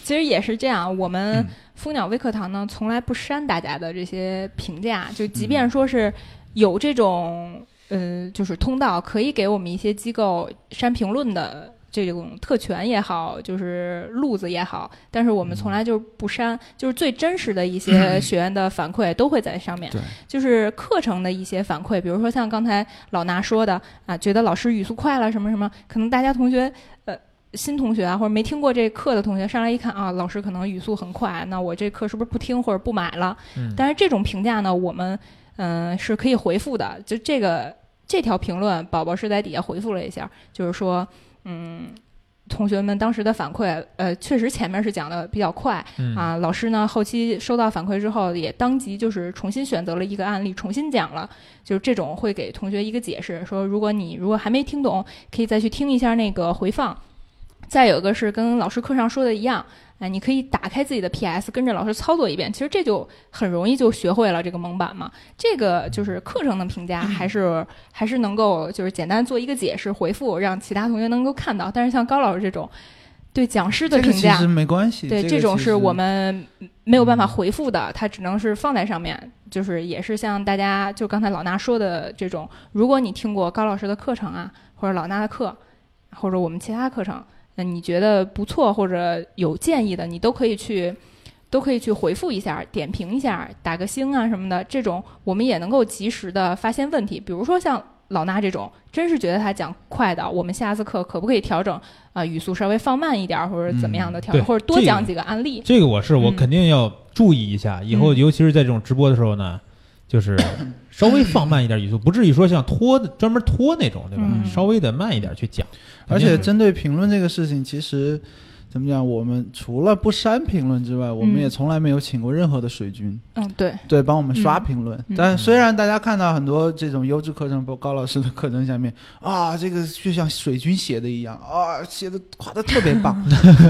Speaker 2: 其实也是这样，我们
Speaker 1: 嗯
Speaker 2: 蜂鸟微课堂呢，从来不删大家的这些评价，就即
Speaker 1: 嗯
Speaker 2: 便说是有这种呃，就是通道可以给我们一些机构删评论的。这种特权也好，就是路子也好，但是我们从
Speaker 1: 嗯
Speaker 2: 来就是不删，就是最真实的一些学员的反馈都会在上面
Speaker 3: 对。
Speaker 2: 就是课程的一些反馈，比如说像刚才老拿说的啊，觉得老师语速快了什么什么，可能大家同学呃新同学啊，或者没听过这课的同学上来一看啊，老师可能语速很快，那我这课是不是不听或者不买了？
Speaker 1: 嗯
Speaker 2: 但是这种评价呢，我们嗯、呃是可以回复的，就这个这条评论，宝宝是在底下回复了一下，就是说嗯。同学们当时的反馈，呃，确实前面是讲的比较快，
Speaker 1: 嗯
Speaker 2: 啊，老师呢后期收到反馈之后，也当即就是重新选择了一个案例，重新讲了，就是这种会给同学一个解释，说如果你如果还没听懂，可以再去听一下那个回放。再有一个是跟老师课上说的一样，哎，你可以打开自己的 PS，跟着老师操作一遍，其实这就很容易就学会了这个蒙版嘛。这个就是课程的评
Speaker 3: 嗯
Speaker 2: 价，还是还是能够就是简单做一个解释回复，让其他同学能够看到。但是像高老师这种对讲师的
Speaker 3: 这个
Speaker 2: 评
Speaker 3: 其
Speaker 2: 价，
Speaker 3: 实没关系，
Speaker 2: 对，
Speaker 3: 这
Speaker 2: 这
Speaker 3: 个
Speaker 2: 种
Speaker 3: 其
Speaker 2: 是
Speaker 3: 实嗯
Speaker 2: 我们没有办法回复的，它只能是放在上面。就是也是像大家就刚才老衲说的这种，如果你听过高老师的课程啊，或者老衲的课，或者我们其他课程，那你觉得不错或者有建议的，你都可以去。都可以去回复一下，点评一下，打个星啊什么的，这种我们也能够及时的发现问题。比如说像老衲这种，真是觉得他讲快的，我们下次课可不可以调整啊、语速稍微放慢一点儿，或者怎么样的调整，
Speaker 1: 对
Speaker 2: 或者多
Speaker 1: 这个
Speaker 2: 讲几个案例。
Speaker 1: 这个我是我
Speaker 2: 嗯
Speaker 1: 肯定要注意一下，以后
Speaker 2: 嗯
Speaker 1: 尤其是在这种直播的时候呢， 就是稍微放慢一点语速，不至于说像拖专门拖那种，对吧？
Speaker 2: 嗯
Speaker 1: 稍微的慢一点去讲，肯
Speaker 3: 而
Speaker 1: 定
Speaker 3: 且
Speaker 1: 是
Speaker 3: 针对评论这个事情，其实怎么讲？我们除了不删评论之外，我们
Speaker 2: 嗯
Speaker 3: 也从来没有请过任何的水军，
Speaker 2: 嗯，对，
Speaker 3: 对，帮我们刷评论。
Speaker 2: 嗯
Speaker 3: 但虽然大家看到很多这种优质课程，包括高老师的课程下 面啊，这个就像水军写的一样啊，写的夸的特别 棒，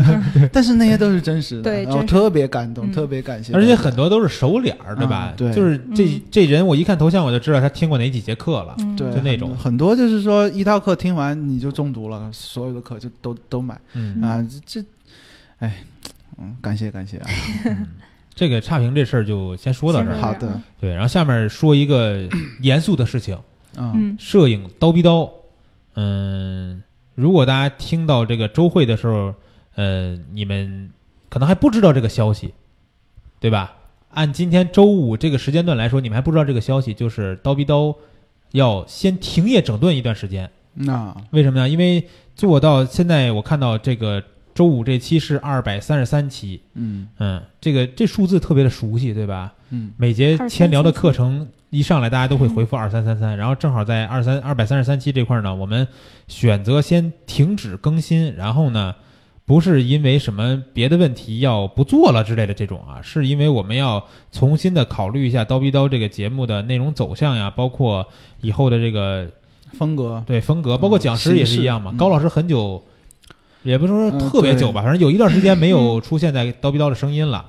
Speaker 3: 但是那些都是真实的，
Speaker 2: 对
Speaker 3: 然后
Speaker 2: 真实
Speaker 3: 特别感动，
Speaker 2: 嗯
Speaker 3: 特别感谢大家，
Speaker 1: 而且很多都是熟脸儿，对吧
Speaker 3: 啊？对
Speaker 1: 就是这
Speaker 2: 嗯
Speaker 1: 这人，我一看头像我就知道他听过哪几节课了。
Speaker 2: 嗯
Speaker 3: 对
Speaker 1: 就那种
Speaker 3: 很很多就是说一套课听完你就中毒了，所有的课就都都买
Speaker 1: 嗯，
Speaker 3: 啊，这这，哎，嗯，感谢感谢 啊，
Speaker 1: 嗯这个差评这事儿就先说到这
Speaker 2: 先
Speaker 1: 儿
Speaker 2: 说
Speaker 1: 了。
Speaker 3: 好的
Speaker 2: 嗯
Speaker 1: 对，然后下面说一个严肃的事情，
Speaker 3: 啊，
Speaker 2: 嗯
Speaker 1: 摄影刀逼刀。嗯，如果大家听到这个周会的时候，呃，你们可能还不知道这个消息，对吧？按今天周五这个时间段来说，你们还不知道这个消息，就是刀逼刀要先停业整顿一段时间。
Speaker 3: 那
Speaker 1: 为什么呢？因为做到现在，我看到这个周五这期是二百三十三期，
Speaker 3: 嗯
Speaker 1: 嗯，这个这数字特别的熟悉，对吧？
Speaker 3: 嗯
Speaker 1: 每节
Speaker 2: 2333
Speaker 1: 千聊的课程一上来，大家都会回复二三三三，然后正好在二三二百三十三期这块呢，我们选择先停止更新，然后呢，不是因为什么别的问题要不做了之类的这种啊，是因为我们要重新的考虑一下《刀逼刀》这个节目的内容走向呀，包括以后的这个
Speaker 3: 风格
Speaker 1: 对风格，包括讲师也是一样嘛。
Speaker 3: 形式嗯
Speaker 1: 高老师很久，也不是说
Speaker 3: 嗯
Speaker 1: 特别久吧，反正有一段时间没有出现在刀逼刀的声音了。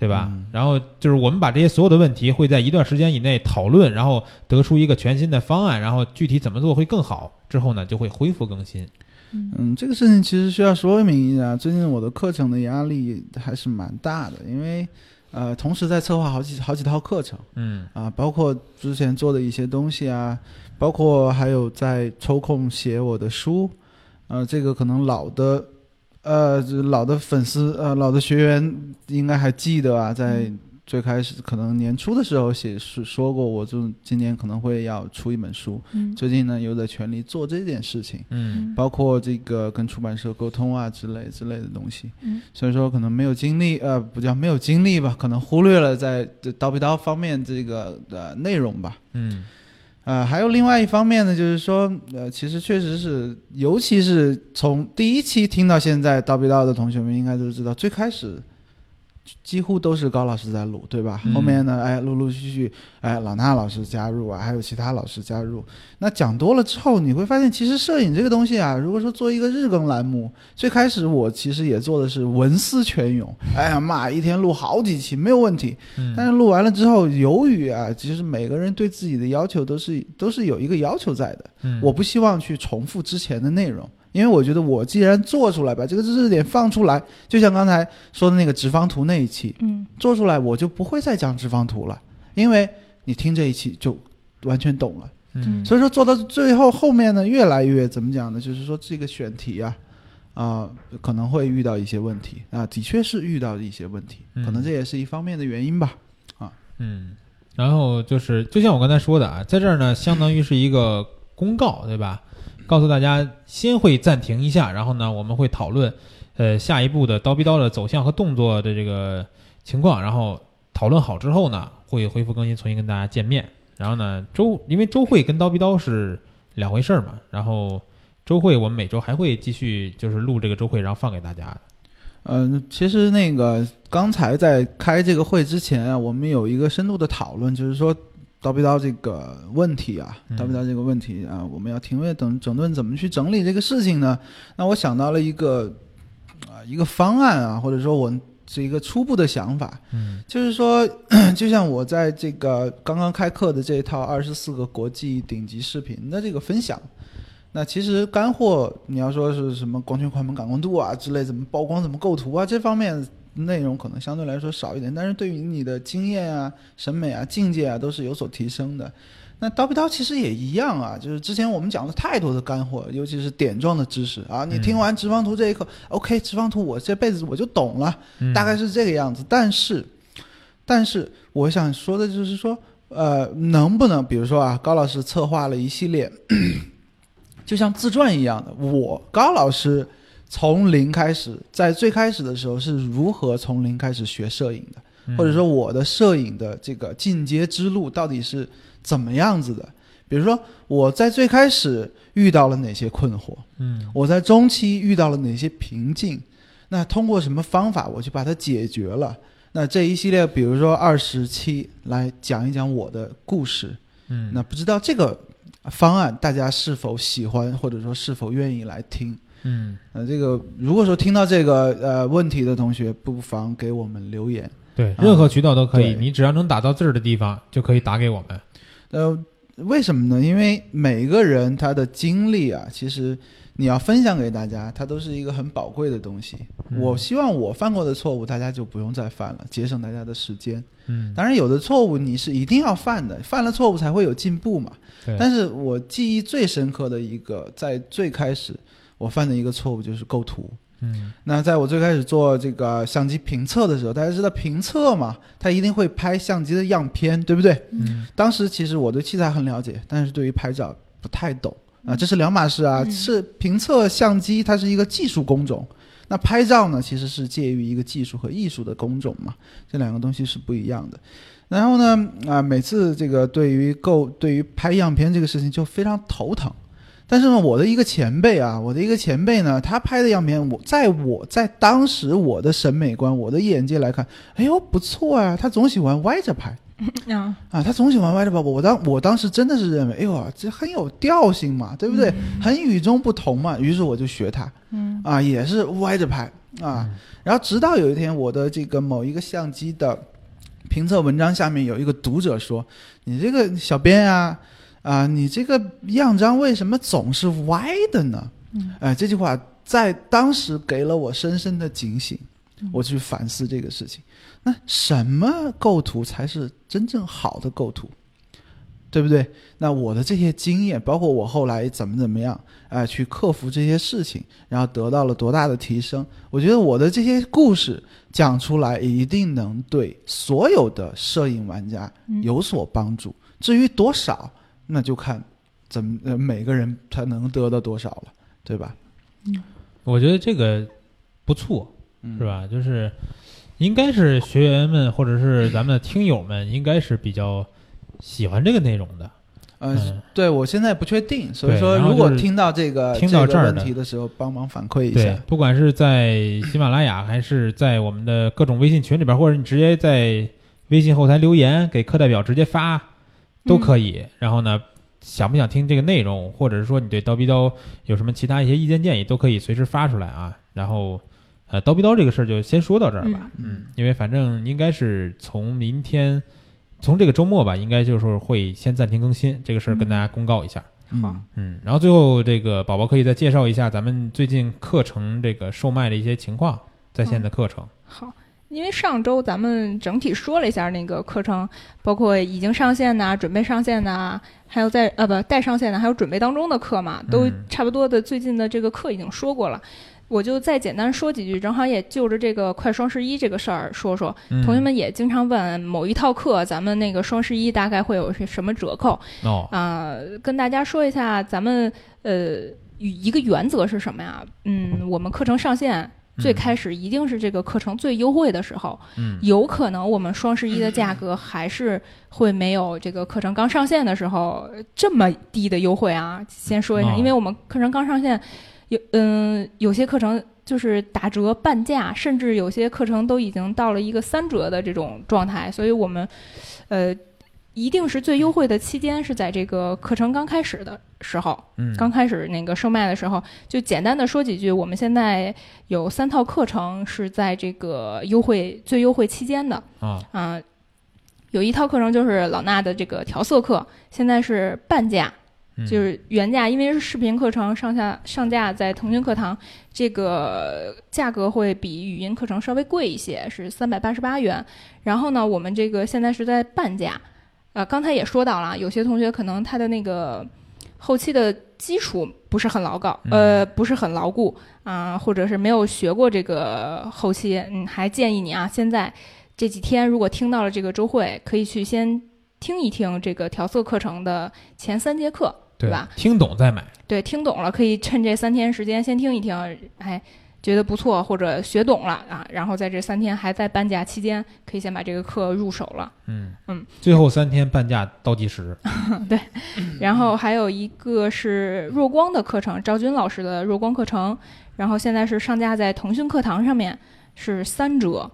Speaker 1: 对吧？
Speaker 3: 嗯
Speaker 1: 然后就是我们把这些所有的问题会在一段时间以内讨论，然后得出一个全新的方案，然后具体怎么做会更好。之后呢，就会恢复更新。
Speaker 3: 嗯，这个事情其实需要说明一下，最近我的课程的压力还是蛮大的，因为呃，同时在策划好几好几套课程。
Speaker 1: 嗯
Speaker 3: 啊，包括之前做的一些东西啊，包括还有在抽空写我的书，呃，这个可能老的，呃，这老的粉丝呃，老的学员应该还记得啊，在最开始可能年初的时候写说说过，我就今年可能会要出一本书，
Speaker 2: 嗯
Speaker 3: 最近呢又在全力做这件事情。
Speaker 1: 嗯
Speaker 3: 包括这个跟出版社沟通啊之类之类的东西，
Speaker 2: 嗯
Speaker 3: 所以说可能没有精力，呃，不叫没有精力吧，可能忽略了在这刀逼刀方面这个呃内容吧。
Speaker 1: 嗯
Speaker 3: 呃，还有另外一方面呢，就是说，呃，其实确实是，尤其是从第一期听到现在刀逼刀的同学们，应该都知道，最开始几乎都是高老师在录，对吧？
Speaker 1: 嗯
Speaker 3: 后面呢，哎，陆陆续续，哎，老衲老师加入啊，还有其他老师加入。那讲多了之后，你会发现，其实摄影这个东西啊，如果说做一个日更栏目，最开始我其实也做的是文思泉涌，哎呀妈，一天录好几期没有问题。
Speaker 1: 嗯，
Speaker 3: 但是录完了之后，由于啊，其实每个人对自己的要求都是都是有一个要求在的。
Speaker 1: 嗯
Speaker 3: 我不希望去重复之前的内容，因为我觉得我既然做出来，把这个知识点放出来，就像刚才说的那个直方图那一期，
Speaker 2: 嗯
Speaker 3: 做出来我就不会再讲直方图了，因为你听这一期就完全懂了。
Speaker 1: 嗯
Speaker 3: 所以说做到最后后面呢，越来越怎么讲呢？就是说这个选题啊，啊、可能会遇到一些问题啊，的确是遇到一些问题，
Speaker 1: 嗯
Speaker 3: 可能这也是一方面的原因吧。
Speaker 1: 嗯，然后就是，就像我刚才说的啊，在这儿呢，相当于是一个公告，对吧？告诉大家，先会暂停一下，然后呢，我们会讨论，呃，下一步的刀逼刀的走向和动作的这个情况，然后讨论呃好之后呢，会恢复更新，重新跟大家见面。然后呢，周因为周会跟刀逼刀是两回事儿嘛，然后周会我们每周还会继续就是录这个周会，然后放给大家。
Speaker 3: 嗯、其实那个刚才在开这个会之前啊，我们有一个深度的讨论，就是说叨逼叨这个问题啊，
Speaker 1: 嗯
Speaker 3: 叨逼叨这个问题啊，我们要停业等整顿，怎么去整理这个事情呢？那我想到了一个啊、一个方案啊，或者说我是一个初步的想法，
Speaker 1: 嗯
Speaker 3: 就是说， 就像我在这个刚刚开课的这一套二十四个国际顶级视频的这个分享，那其实干货你要说是什么光圈、快门、感光度啊之类，怎么曝光、怎么构图啊这方面内容可能相对来说少一点，但是对于你的经验啊、审美啊、境界啊都是有所提升的。那刀不刀其实也一样啊，就是之前我们讲了太多的干货，尤其是点状的知识啊。你
Speaker 1: 嗯
Speaker 3: 听完直方图这一课、o k 直方图我这辈子我就懂了，
Speaker 1: 嗯，
Speaker 3: 大概是这个样子。但是，但是我想说的就是说，呃，能不能比如说啊，高老师策划了一系列， 就像自传一样的，我高老师从零开始，在最开始的时候是如何从零开始学摄影的，
Speaker 1: 嗯
Speaker 3: 或者说我的摄影的这个进阶之路到底是怎么样子的？比如说我在最开始遇到了哪些困惑，
Speaker 1: 嗯
Speaker 3: 我在中期遇到了哪些瓶颈？那通过什么方法我去把它解决了？那这一系列，比如说二十期来讲一讲我的故事。
Speaker 1: 嗯，
Speaker 3: 那不知道这个方案大家是否喜欢，或者说是否愿意来听？
Speaker 1: 嗯，
Speaker 3: 呃，这个如果说听到这个呃问题的同学，不妨给我们留言。
Speaker 1: 对
Speaker 3: 啊，
Speaker 1: 任何渠道都可以，
Speaker 3: 对
Speaker 1: 你只要能打到字儿的地方就可以打给我们。
Speaker 3: 呃，为什么呢？因为每个人他的经历啊，其实你要分享给大家，它都是一个很宝贵的东西。
Speaker 1: 嗯
Speaker 3: 我希望我犯过的错误，大家就不用再犯了，节省大家的时间。
Speaker 1: 嗯，
Speaker 3: 当然，有的错误你是一定要犯的，犯了错误才会有进步嘛。
Speaker 1: 对，
Speaker 3: 但是我记忆最深刻的一个，在最开始我犯的一个错误就是构图。
Speaker 1: 嗯
Speaker 3: 那在我最开始做这个相机评测的时候，大家知道评测嘛，它一定会拍相机的样片，对不对？
Speaker 1: 嗯
Speaker 3: 当时其实我对器材很了解，但是对于拍照不太懂啊，这是两码事啊。
Speaker 2: 嗯
Speaker 3: 是评测相机，它是一个技术工种，那拍照呢，其实是介于一个技术和艺术的工种嘛，这两个东西是不一样的。然后呢，啊，每次这个对于购对于拍样片这个事情就非常头疼。但是呢，我的一个前辈啊，我的一个前辈呢，他拍的样片，我在我在当时我的审美观、我的眼界来看，哎呦不错啊，他总喜欢歪着拍，
Speaker 2: 啊，
Speaker 3: 啊，他总喜欢歪着跑步。我当我当时真的是认为，哎呦，这很有调性嘛，对不对？很与众不同嘛。于是我就学他
Speaker 2: 嗯
Speaker 3: 啊，也是歪着拍啊。然后直到有一天，我的这个某一个相机的评测文章下面有一个读者说：“你这个小编啊，啊，你这个样张为什么总是歪的呢？”
Speaker 2: 嗯
Speaker 3: 哎、这句话在当时给了我深深的警醒，
Speaker 2: 嗯
Speaker 3: 我去反思这个事情。那什么构图才是真正好的构图？对不对？那我的这些经验，包括我后来怎么怎么样，哎、去克服这些事情，然后得到了多大的提升？我觉得我的这些故事讲出来，一定能对所有的摄影玩家
Speaker 2: 嗯
Speaker 3: 有所帮助。至于多少，那就看怎么、呃、每个人他能得到多少了，对吧？
Speaker 1: 我觉得这个不错，
Speaker 3: 嗯
Speaker 1: 是？吧？就是应该是学员们或者是咱们的听友们，应该是比较喜欢这个内容的。
Speaker 3: 呃，
Speaker 1: 嗯
Speaker 3: 对我现在不确定，所以
Speaker 1: 对
Speaker 3: 说
Speaker 1: 然后
Speaker 3: 如果
Speaker 1: 就是
Speaker 3: 听到这个
Speaker 1: 听到这
Speaker 3: 这个
Speaker 1: 儿
Speaker 3: 问
Speaker 1: 的
Speaker 3: 题的时候，帮忙反馈一
Speaker 1: 对
Speaker 3: 下。，
Speaker 1: 不管是在喜马拉雅还是在我们的各种微信群里边，或者你直接在微信后台留言给课代表直接发都可以。
Speaker 3: 嗯
Speaker 1: 然后呢，想不想听这个内容，或者是说你对刀逼刀有什么其他一些意见建议，都可以随时发出来啊。然后，呃，刀逼刀这个事儿就先说到这儿吧。
Speaker 3: 嗯，
Speaker 1: 因为反正应该是从明天，从这个周末吧，应该就是会先暂停更新这个事儿，跟大家公告一下。
Speaker 3: 好，
Speaker 1: 嗯，然后最后这个宝宝可以再介绍一下咱们最近课程这个售卖的一些情况，在线的课程。
Speaker 2: 好，因为上周咱们整体说了一下那个课程，包括已经上线呐、准备上线呐、还有在呃不待上线的，还有准备当中的课嘛，都
Speaker 1: 嗯
Speaker 2: 差不多的。最近的这个课已经说过了。我就再简单说几句，正好也就着这个快双十一这个事儿说说。
Speaker 1: 嗯
Speaker 2: 同学们也经常问某一套课，咱们那个双十一大概会有什么折扣？
Speaker 1: 哦，
Speaker 2: 啊、跟大家说一下咱们呃与一个原则是什么呀？嗯，我们课程上线最开始一定是这个课程最优惠的时候，
Speaker 1: 嗯
Speaker 2: 有可能我们双十一的价格还是会没有这个课程刚上线的时候这么低的优惠啊。先说一下，
Speaker 1: 哦
Speaker 2: 因为我们课程刚上线，有嗯有些课程就是打折半价，甚至有些课程都已经到了一个三折的这种状态，所以我们呃一定是最优惠的期间是在这个课程刚开始的时候。
Speaker 1: 嗯，
Speaker 2: 刚开始那个售卖的时候，就简单的说几句，我们现在有三套课程是在这个优惠最优惠期间的，
Speaker 1: 啊，
Speaker 2: 啊、有一套课程就是老衲的这个调色课，现在是半价，
Speaker 1: 嗯
Speaker 2: 就是原价，因为是视频课程上下上架在腾讯课堂，这个价格会比语音课程稍微贵一些，是三百八十八元。然后呢，我们这个现在是在半价，呃，刚才也说到了，有些同学可能他的那个后期的基础不是很牢靠，呃，不是很牢固啊、或者是没有学过这个后期，嗯，还建议你啊，现在这几天如果听到了这个周会，可以去先听一听这个调色课程的前三节课。
Speaker 1: 对
Speaker 2: 对吧？
Speaker 1: 听懂再买，
Speaker 2: 对，听懂了可以趁这三天时间先听一听，哎，觉得不错或者学懂了啊，然后在这三天还在半价期间，可以先把这个课入手了。
Speaker 1: 嗯
Speaker 2: 嗯，
Speaker 1: 最后三天半价倒计时。
Speaker 2: 然后还有一个是弱光的课程，赵军老师的弱光课程。然后现在是上架在腾讯课堂上面，是三折，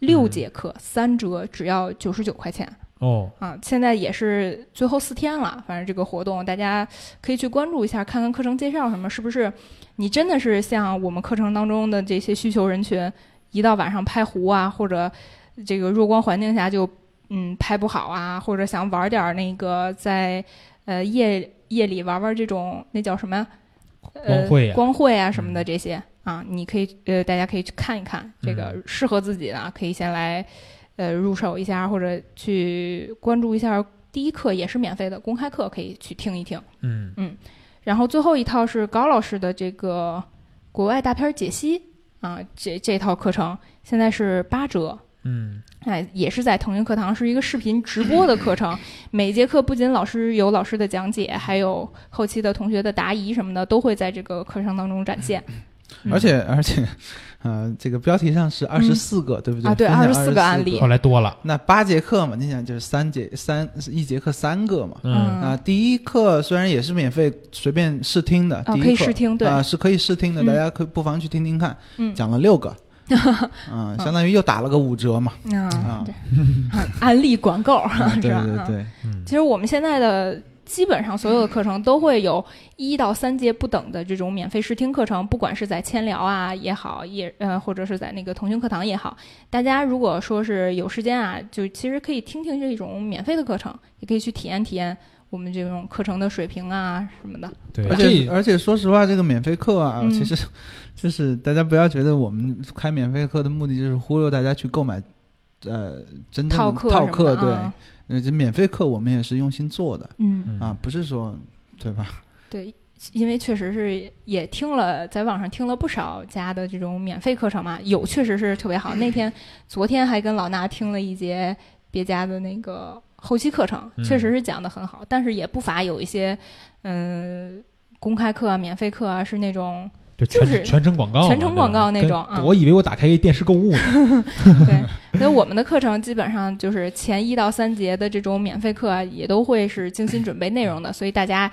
Speaker 2: 六节课三折，只要九十九块钱
Speaker 1: 哦，
Speaker 2: 啊！现在也是最后四天了，反正这个活动大家可以去关注一下，看看课程介绍什么是不是你真的是像我们课程当中的这些需求人群，一到晚上拍糊啊，或者这个弱光环境下就嗯拍不好啊，或者想玩点儿那个在呃夜夜里玩玩这种那叫什么呀？呃
Speaker 1: 光会呀
Speaker 2: 光会啊什
Speaker 1: 嗯
Speaker 2: 么的这些啊，你可以呃，大家可以去看一看，这个
Speaker 1: 嗯
Speaker 2: 适合自己的啊，可以先来呃入手一下，或者去关注一下第一课也是免费的公开课，可以去听一听。
Speaker 1: 嗯
Speaker 2: 然后最后一套是高老师的这个国外大片儿解析啊，这这套课程现在是八折，
Speaker 1: 嗯
Speaker 2: 哎，也是在腾讯课堂，是一个视频直播的 课程。每节课不仅老师有老师的讲解，还有后期的同学的答疑什么的，都会在这个课程当中展现。嗯
Speaker 3: 而且而且，呃，这个标题上是二十四个，对不对？
Speaker 2: 啊对
Speaker 3: 分享
Speaker 2: 24个案例
Speaker 1: 后来多了，
Speaker 3: 那八节课嘛，你想就是三节三一节课三个嘛。
Speaker 1: 嗯
Speaker 3: 啊，第一课虽然也是免费随便试听的，
Speaker 2: 啊
Speaker 3: 第一课
Speaker 2: 可以试听对
Speaker 3: 啊是可以试听的，
Speaker 2: 嗯
Speaker 3: 大家可以不妨去听听看。
Speaker 2: 嗯
Speaker 3: 讲了 六个，啊，相当于又打了个五折嘛。
Speaker 2: 啊
Speaker 3: 啊，
Speaker 2: 对，啊安利广告、
Speaker 3: 啊
Speaker 2: 是
Speaker 3: 对
Speaker 2: 吧？
Speaker 3: 对
Speaker 2: 啊
Speaker 3: 对，
Speaker 1: 嗯
Speaker 2: 其实我们现在的基本上所有的课程都会有一到三节不等的这种免费试听课程，不管是在千聊啊也好，也呃或者是在那个腾讯课堂也好，大家如果说是有时间啊，就其实可以听听这种免费的课程，也可以去体验体验我们这种课程的水平啊什么的。
Speaker 1: 对，
Speaker 3: 而且而且说实话，这个免费课啊，
Speaker 2: 嗯
Speaker 3: 其实就是大家不要觉得我们开免费课的目的就是忽悠大家去购买，呃，真正的
Speaker 2: 套课什么的
Speaker 3: 课对
Speaker 2: 啊，
Speaker 3: 呃，这免费课我们也是用心做的
Speaker 2: 嗯，
Speaker 1: 嗯
Speaker 3: 啊，不是说对吧？
Speaker 2: 对，因为确实是也听了，在网上听了不少家的这种免费课程嘛，有确实是特别好。那天昨天还跟老衲听了一节别家的那个后期课程，
Speaker 1: 嗯
Speaker 2: 确实是讲的很好，但是也不乏有一些嗯、公开课啊、免费课啊，是那种
Speaker 1: 就
Speaker 2: 就
Speaker 1: 全
Speaker 2: 是
Speaker 1: 全程广告嘛，
Speaker 2: 全程广告那
Speaker 1: 对
Speaker 2: 种
Speaker 1: 吧
Speaker 2: 啊
Speaker 1: 跟我以为我打开一电视购物呢，
Speaker 2: 对，所以我们的课程基本上就是前一到三节的这种免费课啊，也都会是精心准备内容的，所以大家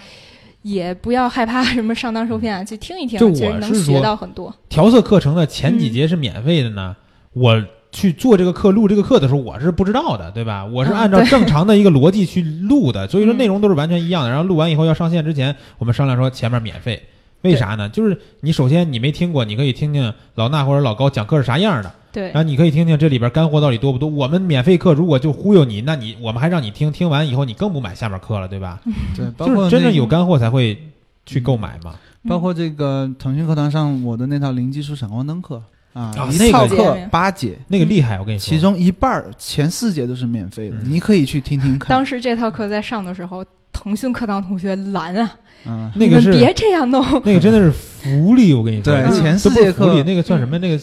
Speaker 2: 也不要害怕什么上当受骗啊，去听一听，
Speaker 1: 就我
Speaker 2: 其实能
Speaker 1: 是
Speaker 2: 学
Speaker 1: 说
Speaker 2: 到很多。
Speaker 1: 调色课程的前
Speaker 2: 嗯
Speaker 1: 几节是免费的呢，我。去做这个课、录这个课的时候，我是不知道的，对吧？我是
Speaker 2: 嗯
Speaker 1: 按照
Speaker 2: 对
Speaker 1: 正常的一个逻辑去录 的，所以说
Speaker 2: 嗯
Speaker 1: 内容都是完全一样的。然后录完以后要上线之前，我们商量说前面免费，为啥呢？就是你首先你没听过，你可以听听老衲或者老高讲课是啥样的，
Speaker 2: 对
Speaker 1: 然，后你可以听听这里边干货到底多不多。我们免费课如果就忽悠你，那你我们还让你听，听完以后你更不买下面课了，对吧？
Speaker 2: 嗯
Speaker 3: 对，包
Speaker 1: 就是
Speaker 3: 括
Speaker 1: 真
Speaker 3: 那
Speaker 1: 正有干货才会去购买嘛。
Speaker 3: 包括这个腾讯课堂上我的那套零基础闪光灯课啊
Speaker 1: 啊，
Speaker 3: 一
Speaker 1: 那
Speaker 3: 套
Speaker 1: 个
Speaker 3: 课八节，
Speaker 1: 那个厉害，我跟你说，
Speaker 3: 其中一半儿前四节都是免费的，
Speaker 1: 嗯
Speaker 3: 你可以去听听 看
Speaker 2: 当。时这套课在上的时候，腾讯课堂同学拦啊，
Speaker 3: 嗯，
Speaker 1: 那个
Speaker 2: 你
Speaker 1: 是
Speaker 2: 们别这样弄。
Speaker 1: 那个真的是福利，我跟你说，
Speaker 3: 对
Speaker 1: 嗯，
Speaker 3: 前
Speaker 1: 这
Speaker 3: 四
Speaker 1: 不
Speaker 3: 节
Speaker 1: 是福利，
Speaker 3: 课。
Speaker 1: 那个算什么？那 个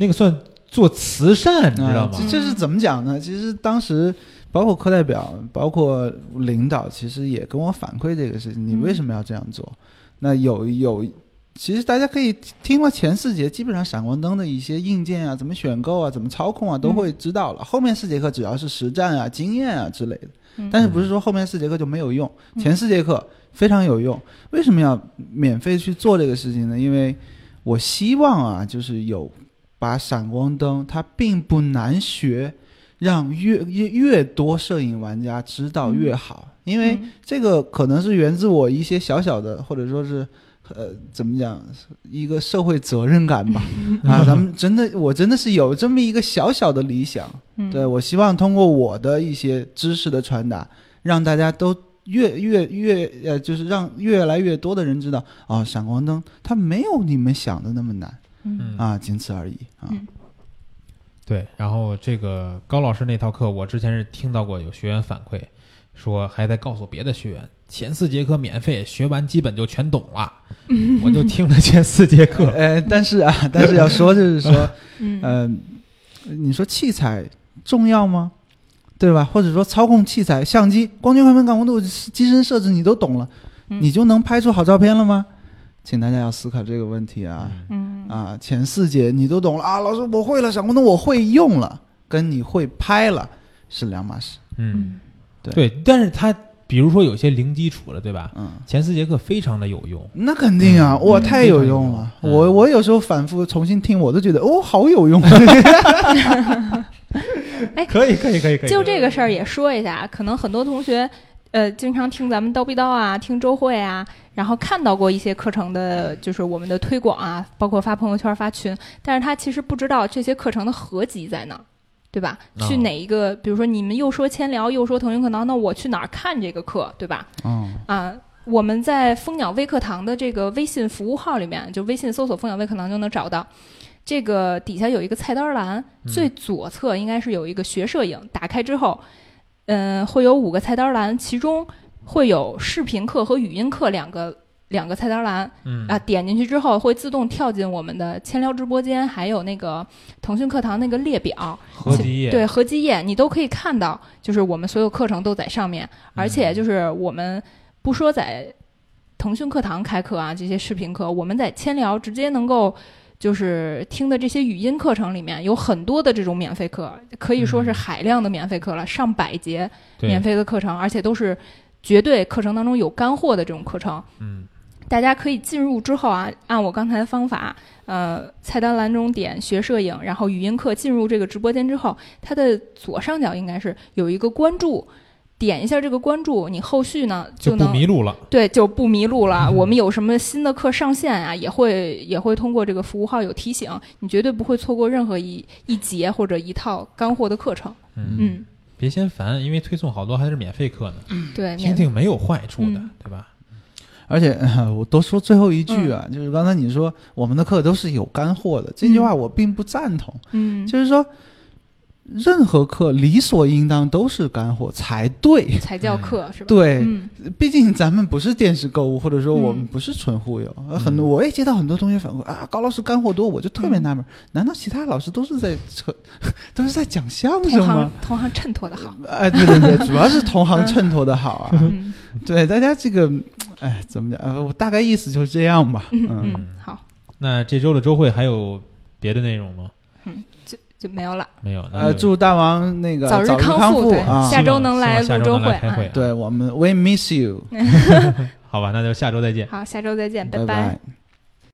Speaker 1: 那个算做慈善，你知道
Speaker 3: 啊，
Speaker 1: 吗
Speaker 3: 这？这是怎么讲呢？其实当时包括课代表，包括领导，其实也跟我反馈这个事情，你
Speaker 2: 嗯
Speaker 3: 为什么要这样做？那有有，其实大家可以听了前四节，基本上闪光灯的一些硬件啊，怎么选购啊，怎么操控啊，
Speaker 2: 嗯
Speaker 3: 都会知道了。后面四节课主要是实战啊、经验啊之类的，
Speaker 2: 嗯
Speaker 3: 但是不是说后面四节课就没有用？
Speaker 2: 嗯
Speaker 3: 前四节课非常有用。为什么要免费去做这个事情呢？因为我希望啊，就是有把闪光灯它并不难学，让越越越多摄影玩家知道越好，因为
Speaker 2: 嗯
Speaker 3: 这个可能是源自我一些小小的，或者说是。呃，怎么讲？一个社会责任 感吧，啊，咱们真的，我真的是有这么一个小小的理想，
Speaker 2: 嗯
Speaker 3: 对，我希望通过我的一些知识的传达，让大家都越越越呃，就是让越来越多的人知道啊、闪光灯它没有你们想的那么难
Speaker 2: 嗯
Speaker 1: 嗯
Speaker 3: 啊，仅此而已啊。
Speaker 2: 嗯
Speaker 1: 对，然后这个高老师那套课，我之前是听到过有学员反馈，说还在告诉别的学员，前四节课免费，学完基本就全懂 了。我就听了前四节 课， 嗯
Speaker 3: 呃，但是啊，但是要说就 是说，
Speaker 2: 嗯
Speaker 3: 嗯、你说器材重要吗？对吧？或者说操控器材、相机、光圈、快门、感光度、机身设置，你都懂了，
Speaker 2: 嗯
Speaker 3: 你就能拍出好照片了吗？请大家要思考这个问题啊。
Speaker 2: 嗯
Speaker 3: 啊，前四节你都懂了啊，老师我会了，闪光灯我会用了，跟你会拍了是两码事。
Speaker 1: 嗯，
Speaker 2: 嗯
Speaker 3: 对
Speaker 1: 对，但是他比如说有些零基础了，对吧？
Speaker 3: 嗯，
Speaker 1: 前四节课非常的有用，
Speaker 3: 那肯定啊，
Speaker 1: 嗯
Speaker 3: 哇，
Speaker 2: 嗯
Speaker 3: 太有用了！
Speaker 1: 嗯
Speaker 3: 我我有时候反复重新听，我都觉得哦，好有用。
Speaker 1: 可以可以可以可以。
Speaker 2: 就这个事儿也说一下，可能很多同学呃经常听咱们叨逼叨啊，听周会啊，然后看到过一些课程的，就是我们的推广啊，包括发朋友圈、发群，但是他其实不知道这些课程的合集在哪儿。对吧？
Speaker 1: 哦
Speaker 2: 去哪一个？比如说，你们又说千聊，又说腾讯课堂，那我去哪儿看这个课？对吧？
Speaker 3: 嗯，
Speaker 2: 啊，我们在蜂鸟微课堂的这个微信服务号里面，就微信搜索“蜂鸟微课堂”就能找到。这个底下有一个菜单栏，
Speaker 1: 嗯
Speaker 2: 最左侧应该是有一个学摄影，打开之后，嗯、会有五个菜单栏，其中会有视频课和语音课两个两个菜单栏
Speaker 1: 嗯
Speaker 2: 啊，点进去之后会自动跳进我们的千聊直播间，还有那个腾讯课堂那个列表，
Speaker 1: 合集页，
Speaker 2: 对合集页，你都可以看到，就是我们所有课程都在上面，而
Speaker 1: 嗯
Speaker 2: 且就是我们不说在腾讯课堂开课啊，这些视频课，我们在千聊直接能够就是听的这些语音课程里面有很多的这种免费课，可以说是
Speaker 1: 嗯
Speaker 2: 海量的免费课了，上百节
Speaker 1: 对
Speaker 2: 免费的课程，而且都是绝对课程当中有干货的这种课程。
Speaker 1: 嗯
Speaker 2: 大家可以进入之后啊，按我刚才的方法，呃，菜单栏中点学摄影，然后语音课进入这个直播间之后，它的左上角应该是有一个关注，点一下这个关注，你后续呢
Speaker 1: 就不
Speaker 2: 能
Speaker 1: 迷路了。
Speaker 2: 对就不迷路了。
Speaker 1: 嗯
Speaker 2: 我们有什么新的课上线啊，也会也会通过这个服务号有提醒，你绝对不会错过任何一一节或者一套干货的课程。
Speaker 1: 嗯，
Speaker 2: 嗯，
Speaker 1: 别嫌烦，因为推送好多还是免费课呢，
Speaker 2: 对，
Speaker 1: 听听没有坏处的
Speaker 2: 嗯，
Speaker 1: 对吧？
Speaker 3: 而且、呃我多说最后一句啊，就是刚才你说我们的课都是有干货的，这句话我并不赞同。
Speaker 2: 嗯，
Speaker 3: 就是说，任何课理所应当都是干货才对。
Speaker 2: 才叫课是吧？
Speaker 3: 对，
Speaker 2: 嗯
Speaker 3: 毕竟咱们不是电视购物，或者说我们
Speaker 2: 嗯
Speaker 3: 不是纯忽悠。呃
Speaker 1: 嗯
Speaker 3: 很多我也接到很多同学反馈啊，高老师干货多，我就特
Speaker 2: 嗯
Speaker 3: 别纳闷，难道其他老师都是在扯， 都是在讲相
Speaker 2: 同
Speaker 3: 声
Speaker 2: 行
Speaker 3: 吗？
Speaker 2: 同行衬托的好。
Speaker 3: 哎，对对对，主要是同行衬托的好啊。
Speaker 2: 嗯
Speaker 3: 对，大家这个，哎，怎么讲？呃，我大概意思就是这样吧。
Speaker 2: 嗯
Speaker 3: 嗯，
Speaker 2: 嗯，好。
Speaker 1: 那这周的周会还有别的内容吗？
Speaker 2: 就没有了。
Speaker 1: 没有。那
Speaker 3: 呃，
Speaker 1: 就
Speaker 3: 祝大王那个
Speaker 2: 嗯早日
Speaker 3: 日
Speaker 2: 康复
Speaker 3: 复
Speaker 2: 对
Speaker 3: 啊！
Speaker 2: 下周能
Speaker 1: 希望
Speaker 2: 来
Speaker 1: 下
Speaker 2: 录
Speaker 1: 周
Speaker 2: 周
Speaker 1: 能来
Speaker 2: 会嗯
Speaker 1: 开会啊。
Speaker 3: 对我们，We miss you，
Speaker 1: 好吧，那就下周再见。
Speaker 2: 好，下周再见，拜
Speaker 3: 拜。